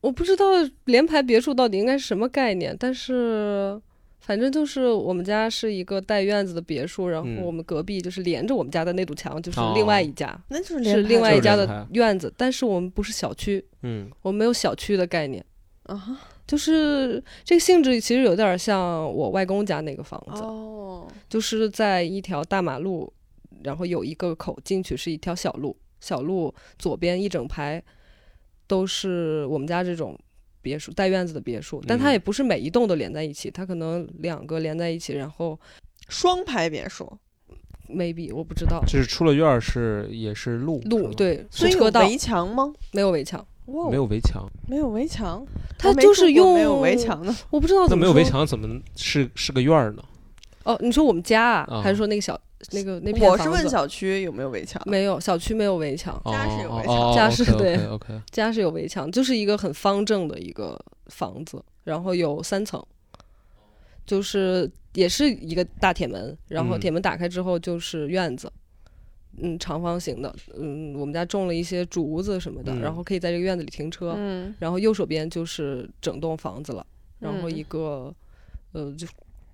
我不知道联排别墅到底应该是什么概念，但是反正就是我们家是一个带院子的别墅，然后嗯我们隔壁就是连着我们家的那堵墙就是哦另外一家，那就是是另外就一是家联的排院子，但是我们不是小区，嗯，我们没有小区的概念。啊哈就是这个性质其实有点像我外公家那个房子，哦，就是在一条大马路，然后有一个口进去是一条小路，小路左边一整排都是我们家这种别墅带院子的别墅，但它嗯也不是每一栋都连在一起，它可能两个连在一起，然后双排别墅， maybe 我不知道就是出了院儿是也是路是路吗，对所以有车道围墙吗？没有围墙，哇，没有围墙，没有围墙，它我哦没就是住过用没有围，墙的，我不知道那怎么没有围说墙怎么是是个院儿呢？哦，你说我们家啊，啊还是说那个小那个那片我是房问子小区有没有围墙，没有小区没有围墙，家是有哦围哦墙家是对 o k 家是有围墙，就是一个很方正的一个房子，然后有三层，就是也是一个大铁门，然后嗯铁门打开之后就是院子，嗯长方形的，嗯，我们家种了一些竹子什么的，嗯然后可以在这个院子里停车，嗯，然后右手边就是整栋房子了，然后嗯一个，呃，就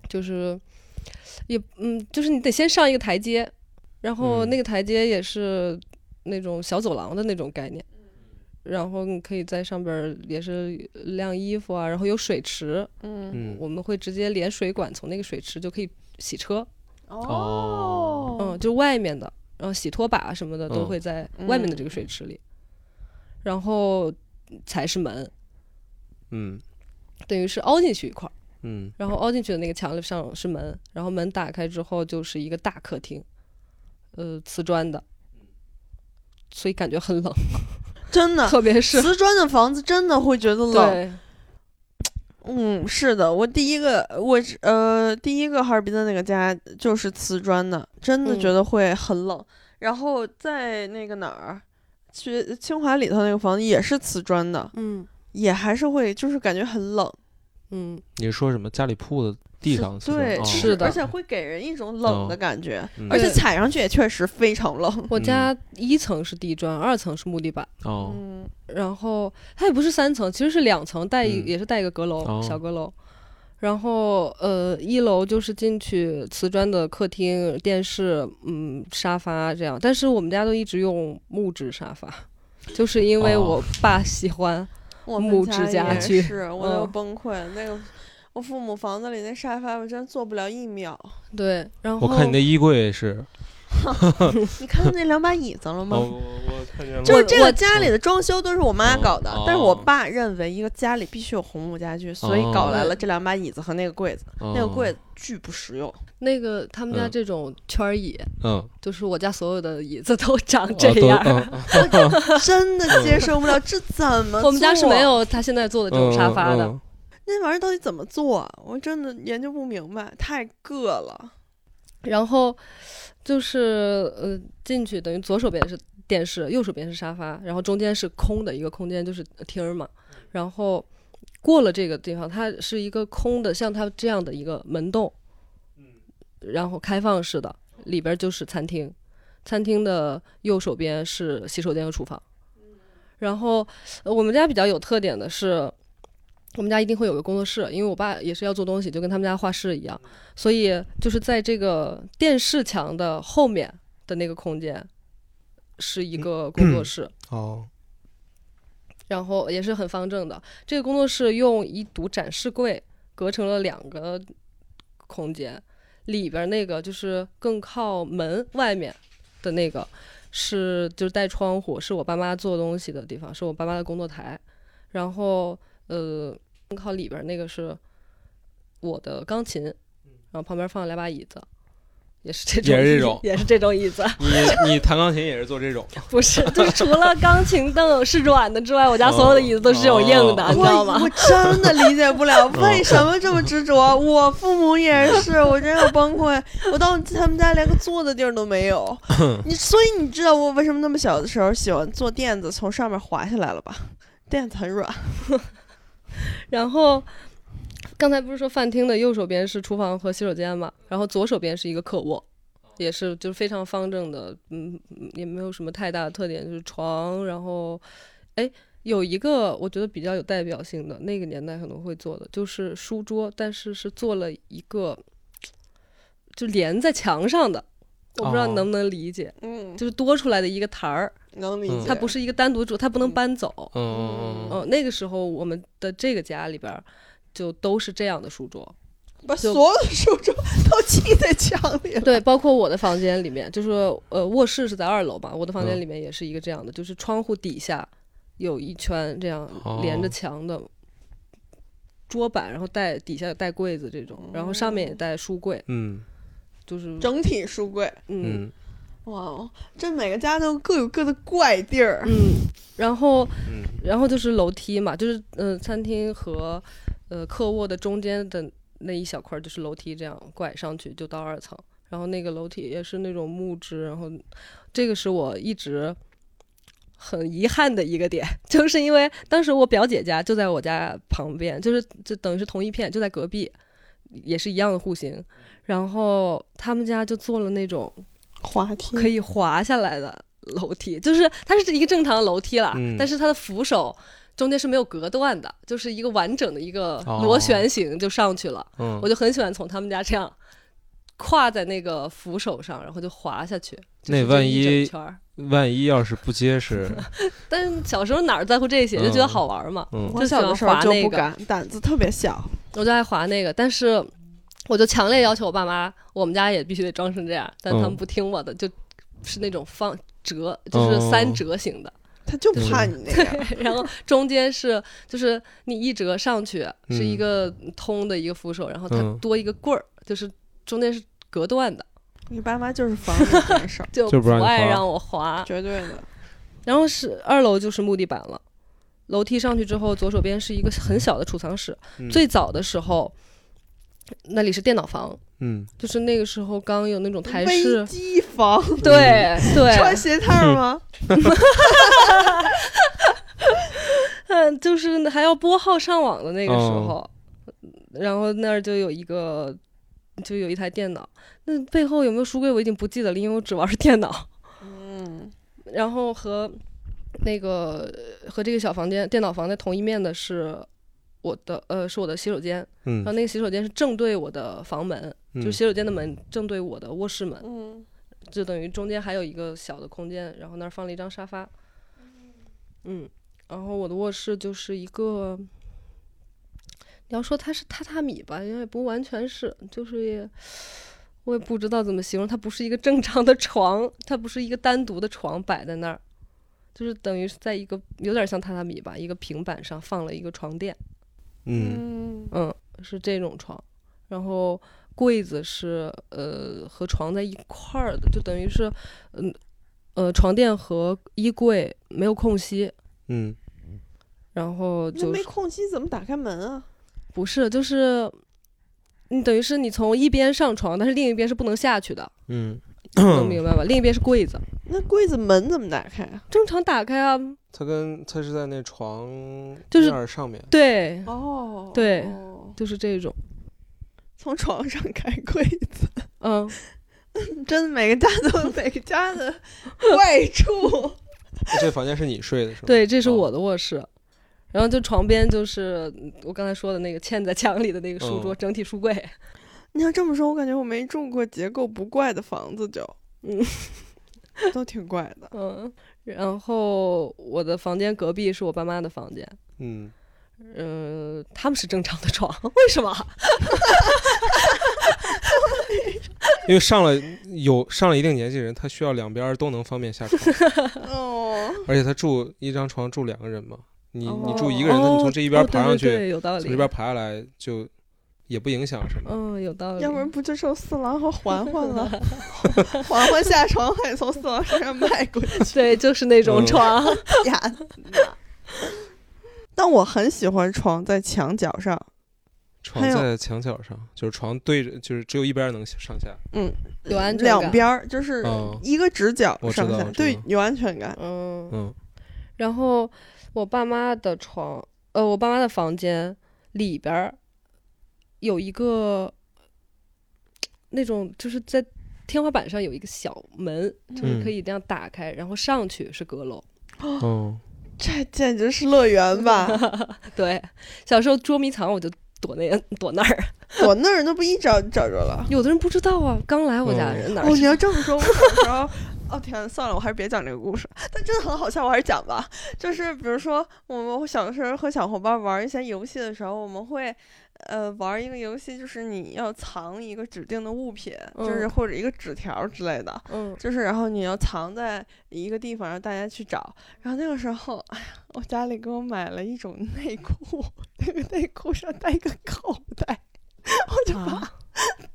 就是也嗯，就是你得先上一个台阶，然后嗯那个台阶也是那种小走廊的那种概念，嗯然后你可以在上边儿也是晾衣服啊，然后有水池，嗯，嗯，我们会直接连水管从那个水池就可以洗车，哦嗯，，就是外面的，然后洗拖把什么的都嗯会在外面的这个水池里，然后才是门，嗯等于是凹进去一块儿。嗯然后凹进去的那个墙上是门，然后门打开之后就是一个大客厅，呃，瓷砖的，所以感觉很冷，真的。特别是瓷砖的房子真的会觉得冷，对，嗯，是的，我第一个我是呃第一个哈尔滨的那个家就是瓷砖的，真的嗯觉得会很冷。然后在那个哪儿，去清华里头那个房子也是瓷砖的，嗯也还是会就是感觉很冷，嗯，你说什么？家里铺的地上的瓷砖对，哦就是的而且会给人一种冷的感觉，嗯而且对踩上去也确实非常冷。我家一层是地砖，二层是木地板， <laughs> 哦，嗯，然后它也不是三层，其实是两层，带一、嗯也是带一个阁楼，哦小阁楼。然后，呃，一楼就是进去瓷砖的客厅、电视、嗯，沙发这样。但是我们家都一直用木质沙发，就是因为哦我爸喜欢。我们木质家家也具是，我都嗯崩溃了。那个我父母房子里那沙发，我真坐不了一秒。对，然后我看你那衣柜是，你看到那两把椅子了哦，吗？我我看见了，就是我这个家里的装修都是我妈嗯搞的哦，但是我爸认为一个家里必须有红木家具，所以搞哦来了这两把椅子和那个柜子。那那个柜子巨不实 <laughs> 用，那个他们家嗯这种圈儿椅，嗯，就是我家所有的椅子都 <laughs> 长 <laughs> 哦这都样。嗯嗯真的接受不了，这怎么？ <laughs> 我们家是没。有他现在做的这种嗯沙发的。嗯那玩意儿到底怎么做啊？我真的研究不明白，太硌了。然后就是呃进去，等于左手边是电视，右手边是沙发，然后中间是空的一个空间，就是厅儿嘛。然后过了这个地方，它是一个空的，像它这样的一个门洞，然后开放式的，里边就是餐厅，餐厅的右手边是洗手间和厨房。然后呃我们家比较有特点的是。我们家一定会有个工作室，因为我爸也是要做东西，就跟他们家画室一样。所以就是在这个电视墙的后面的那个空间，是一个工作室，哦，然后也是很方正的。这个工作室用一堵展示柜隔成了两个空间，里边那个就是更靠门外面的那个是就是带窗户，是我爸妈做东西的地方，是我爸妈的工作台。然后呃，门靠里边那个是我的钢琴，然后旁边放了两把椅子，也是这种，也是这 <laughs> 种也是这种椅哦子，你你弹钢琴也是做这种，不是，就是除了钢琴凳是软的之外，我家所有的椅子都是这种硬的，哦啊你知道我吗嗯我？真的理解不了为什么这么执着。我父母也是，我真要崩溃。我到他们家连个坐的地儿都 <laughs> 没有。你所以你知道我为什么那么小的时候喜欢坐垫子，从上面滑下来了吧？垫子很软。然后刚才不是说饭厅的右手边是厨房和洗手间嘛，然后左手边是一个客卧，也是就是非常方正的，嗯，嗯也没有什么太大的特点，就是床，然后，哎，有一个我觉得比较有代表性的那个年代可能会做的，就是书桌，但是是做了一个就连在墙上的，我不知道你哦能不能理解，嗯，就是多出来的一个台儿，能理嗯解。它不是一个单独住，它不能搬走，嗯嗯嗯哦，那个时候我们的这个家里边儿就都是这样的书桌，把就所有的书桌都砌在墙里了。对，包括我的房间里面，就是呃卧室是在二楼嘛，我的房间嗯里面也是一个这样的，就是窗户底下有一圈这样连着哦墙的桌板，然后带底下有带柜子这种，然后上面也带书柜，嗯就是整体书柜，嗯嗯哇哦，这每个家都各有各的怪地儿。嗯，然后嗯然后就是楼梯嘛，就是呃餐厅和呃客卧的中间的那一小块儿就是楼梯，这样拐上去就到二层。然后那个楼梯也是那种木质，然后这个是我一直很遗憾的一个点， <laughs> 就是因为当时我表姐家就在我家旁边，就是就等于是同一片，就在隔壁，也是一样的户型。然后他们家就做了那种滑梯可以滑下来的楼梯，就是它是一个正常的楼梯了，嗯但是它的扶手中间是没有隔断的，就是一个完整的一个哦螺旋形就上去了。嗯我就很喜欢从他们家这样跨在那个扶手上，然后就滑下去。就那是这万一整一圈儿，万一要是不 <laughs> 结实，但是小时候哪儿在乎这些，就觉得嗯好玩嘛，嗯我小的时候就喜欢滑就那不个敢，胆子特别小。我就爱滑那个。但是我就强烈要求我爸妈，我们家也必须得装成这样，但他们嗯不听我的，就是那种方折，就是三哦折形的。他就怕你那样，然后中间是就是你一折上去是一个通的一个扶手，然后它嗯多一个棍儿，就是中间是隔断的，你爸妈就是防你 <laughs>，这事儿就就不让你爱滑让我滑。绝对的。然后是二楼就是木地板了，楼梯上去之后，左手边是一个很小的储藏室。嗯最早的时候，那里是电脑房，嗯就是那个时候刚有那种台危式，机房，对嗯对，穿 <laughs> 鞋套吗？嗯，就是还要拨号上网的那个时候哦，然后那儿就有一个，就有一台电脑。那背后有没有书柜我已经不记得了，因为我只玩儿电脑。嗯，然后和那个和这个小房间电脑房在同一面的是我的呃是我的洗手间，然后嗯那个洗手间是正对我的房门，就是洗手间的门正对我的卧室门，嗯，就等于中间还有一个小的空间，然后那儿放了一张沙发。嗯，然后我的卧室就是一个，你要说它是榻榻米吧，因为不完全是，就是也我也不知道怎么形容，它不是一个正常的床，它不是一个单独的床摆在那儿，就是等于是在一个有点像榻榻米吧，一个平板上放了一个床垫，嗯嗯，嗯，是这种床，然后柜子是呃和床在一块儿的，就等于是嗯呃床垫和衣柜没有空隙，嗯然后那就没是空隙怎么打开门啊？不是就是你等于是你从一边上床，但是另一边是不能下去的，嗯，能明白吧？另一边是柜子，那柜子门怎么打开啊？正常打开啊，他跟他是在那床就是面儿上面，对，哦，对哦就是这种，从床上开柜子，嗯，真的每个家都有 <laughs> 每个家的坏处。这房间是你睡的是吗？对，这是哦我的卧室。然后就床边就是嗯我刚才说的那个嵌在墙里的那个书桌，嗯整体书柜，你要这么说，我感觉我没住过结构不怪的房子，就，嗯，都挺怪 <laughs> 的。嗯，然后我的房间隔壁是我爸妈的房间，嗯，嗯、他们是正常的床， <laughs> 为什么？因为上了有上了一定年纪人，他需要两边儿都能方便下床，哦，而且他住一张床住两个人嘛，你哦你住一个人，那你从这一边哦对爬上对去，对有道理。从这边爬下来就也不影响什么。嗯，有道理。要不然不就剩四郎和环环了？ <laughs> 环环下床还得从四郎身上迈过去对，就是那种 <laughs> 嗯床。呀。 <laughs> 但我很喜欢床在墙角上，床还有在墙角上，就是床对着，就是只有一边能上下。有安全感两边儿就是嗯一个直角我知上道下我，知对道，有安全感。嗯，嗯，然后我爸妈的床，呃，我爸妈的房间里边儿有一个那种就是在天花板上有一个小门，嗯就是可以这样打开，然后上去是阁楼。哦，这简直是乐园吧！ <laughs> 对，小时候捉迷藏我就躲那躲那儿，我那儿那不一找找着了。有的人不知道啊，刚来我家的人哪哦，儿你知道？要这么说，我小时候，哦天，算了，我还是别讲这个故事，但真的很好笑，我还是讲吧。就是比如说，我们小时候和小伙伴玩一些游戏的时候，我们会。呃，玩一个游戏就是你要藏一个指定的物品，就是嗯或者一个纸条之类的，嗯，就是然后你要藏在一个地方，让大家去找。然后那个时候，哎呀，我家里给我买了一种内裤， <laughs> 那个内裤上带一个口袋，我就 <laughs> 把啊，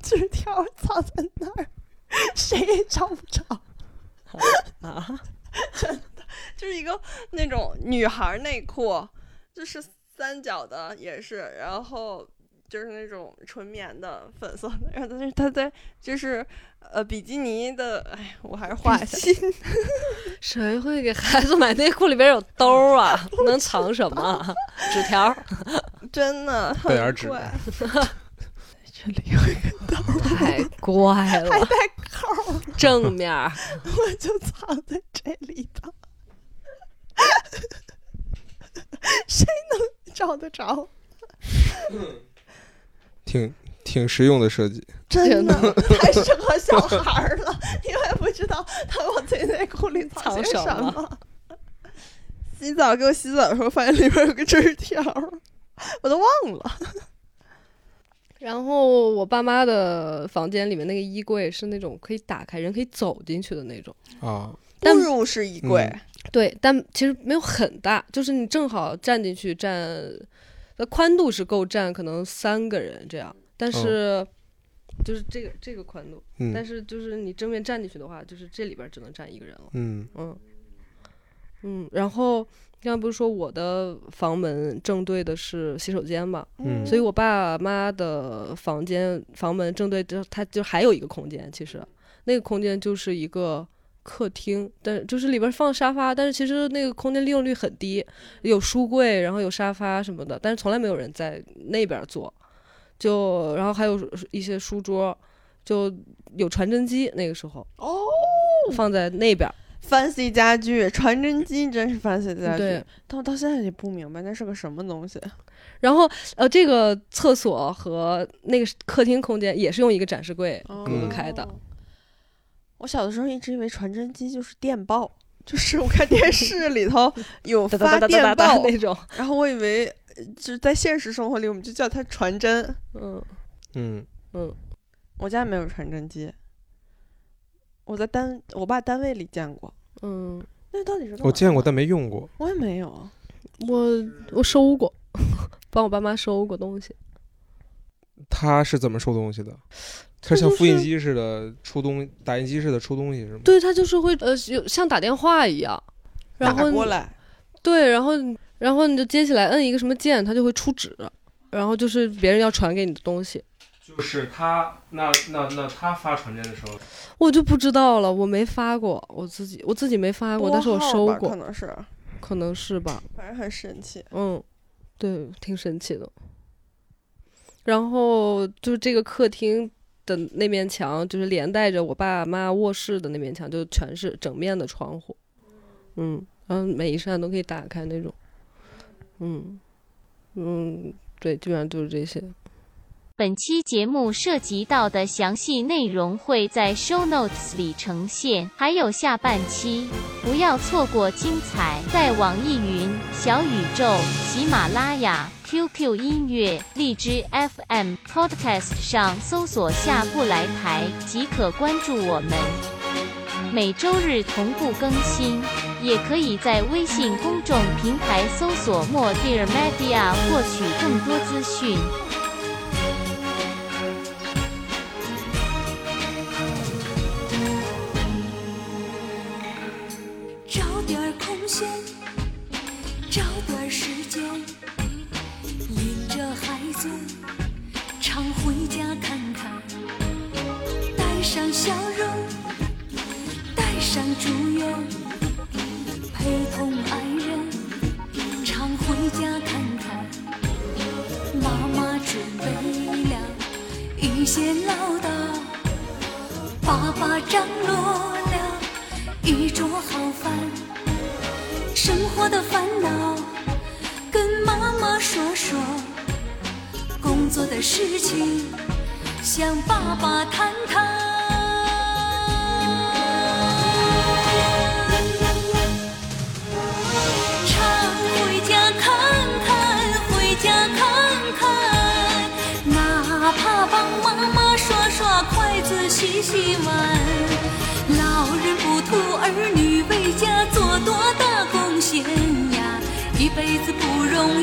纸条藏在那儿，谁也找不着。啊 <laughs> 就是一个那种女孩内裤，就是三角的，也是，然后就是那种纯棉的粉色的，然后但是它在就是呃比基尼的，哎，我还是画一下。 <laughs> 谁会给孩子买内裤里边有兜儿啊？能藏什么啊？纸条儿。真的很贝尔纸怪这里有一个兜儿， <laughs> 太怪了，还带扣，正面儿我就藏在这里头，谁 <laughs> 能找得着？挺挺实用的设计。真真的 <laughs> 太适合小孩儿了，因为不知道他往自己内裤里藏些藏什么么。洗澡给我洗澡的时候，发现里边有个纸条儿，我都忘了。然后我爸妈的房间里面那个衣柜是那种可以打开，人可以走进去的那种。啊，步但入式衣柜，对，但其实没有很大，就是你正好站进去站，呃，宽度是够站可能三个人这样，但是就是这个这个宽度，但嗯是就是你正面站进去的话，就是这里边儿只能站一个人了。嗯嗯，嗯，然后刚才不是说我的房门正对的是洗手间嘛，嗯所以我爸妈的房间房门正对着，它就还有一个空间，其实那个空间就是一个客厅，但就是里边放沙发，但是其实那个空间利用率很低，有书柜，然后有沙发什么的，但是从来没有人在那边坐，就然后还有一些书桌，就有传真机，那个时候哦放在那边， ，fancy 家具，传真机真是 fancy 家具对。但我到现在也不明白那是个什么东西。然后呃，这个厕所和那个客厅空间也是用一个展示柜隔嗯哦开的。我小的时候一直以为传真机就是电报，就是我看电视里头有哒哒发哒电哒哒哒报，那种，然后我以为呃就是在现实生活里我们就叫它传真。嗯，嗯我家没有传真机，我在单我爸单位里见过。嗯，那到底是干嘛我见过，的，但没用过。我也没有。我我收过， <laughs> 帮我爸妈收过东西。它是怎么收东西的？它这像就复印是机似的出东，打印机似的出东西是吗？对他就是会呃，有像打电话一样，然打后过来，对，然后然后你就接起来摁一个什么键，它就会出纸，然后就是别人要传给你的东西，就是他那那那他发传真的时候，我就不知道了，我没发过，我自己我自己没发过，但是我拨号收吧过可，能是，可能是吧。反正很神奇。嗯，对，挺神奇的。然后就是这个客厅的那面墙，就是连带着我爸妈卧室的那面墙，就全是整面的窗户。嗯，然后每一扇都可以打开那种。嗯嗯，对，基本上就是这些。本期节目涉及到的详细内容会在 show notes 里呈现，还有下半期，不要错过精彩。在网易云、小宇宙、喜马拉雅、QQ 音乐、荔枝 FM、Podcast 上搜索“下不来台”即可关注我们，每周日同步更新。也可以在微信公众平台搜索“莫蒂尔 media” 获取更多资讯。找点儿空闲，找点儿时间，领着孩子常回家看看，带上笑容，带上祝愿，陪同爱人常回家看看。妈妈准备了一些唠叨，爸爸张罗了。一桌好饭，生活的烦恼跟妈妈说说，工作的事情向爸爸谈谈。常回家看看，回家看看，哪怕帮妈妈刷刷筷子、洗洗碗。老人不图儿女为家做多大贡献呀，一辈子不容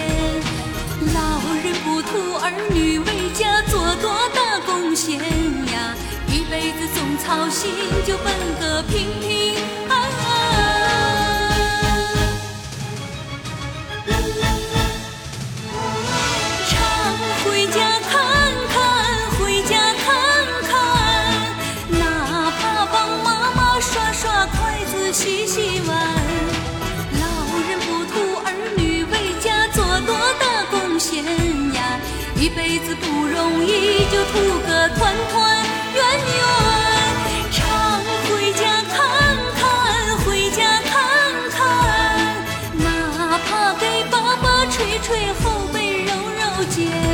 老人不图儿女为家做多大贡献呀，一辈子总操心，就奔个平平安安。常回家看看，回家看看，哪怕帮妈妈刷刷筷子、洗洗碗。老人不图儿女为家做多大贡献呀，一辈子不容易，就图个团团圆圆。常回家看看，回家看看，哪怕给爸爸捶捶后背、揉揉肩。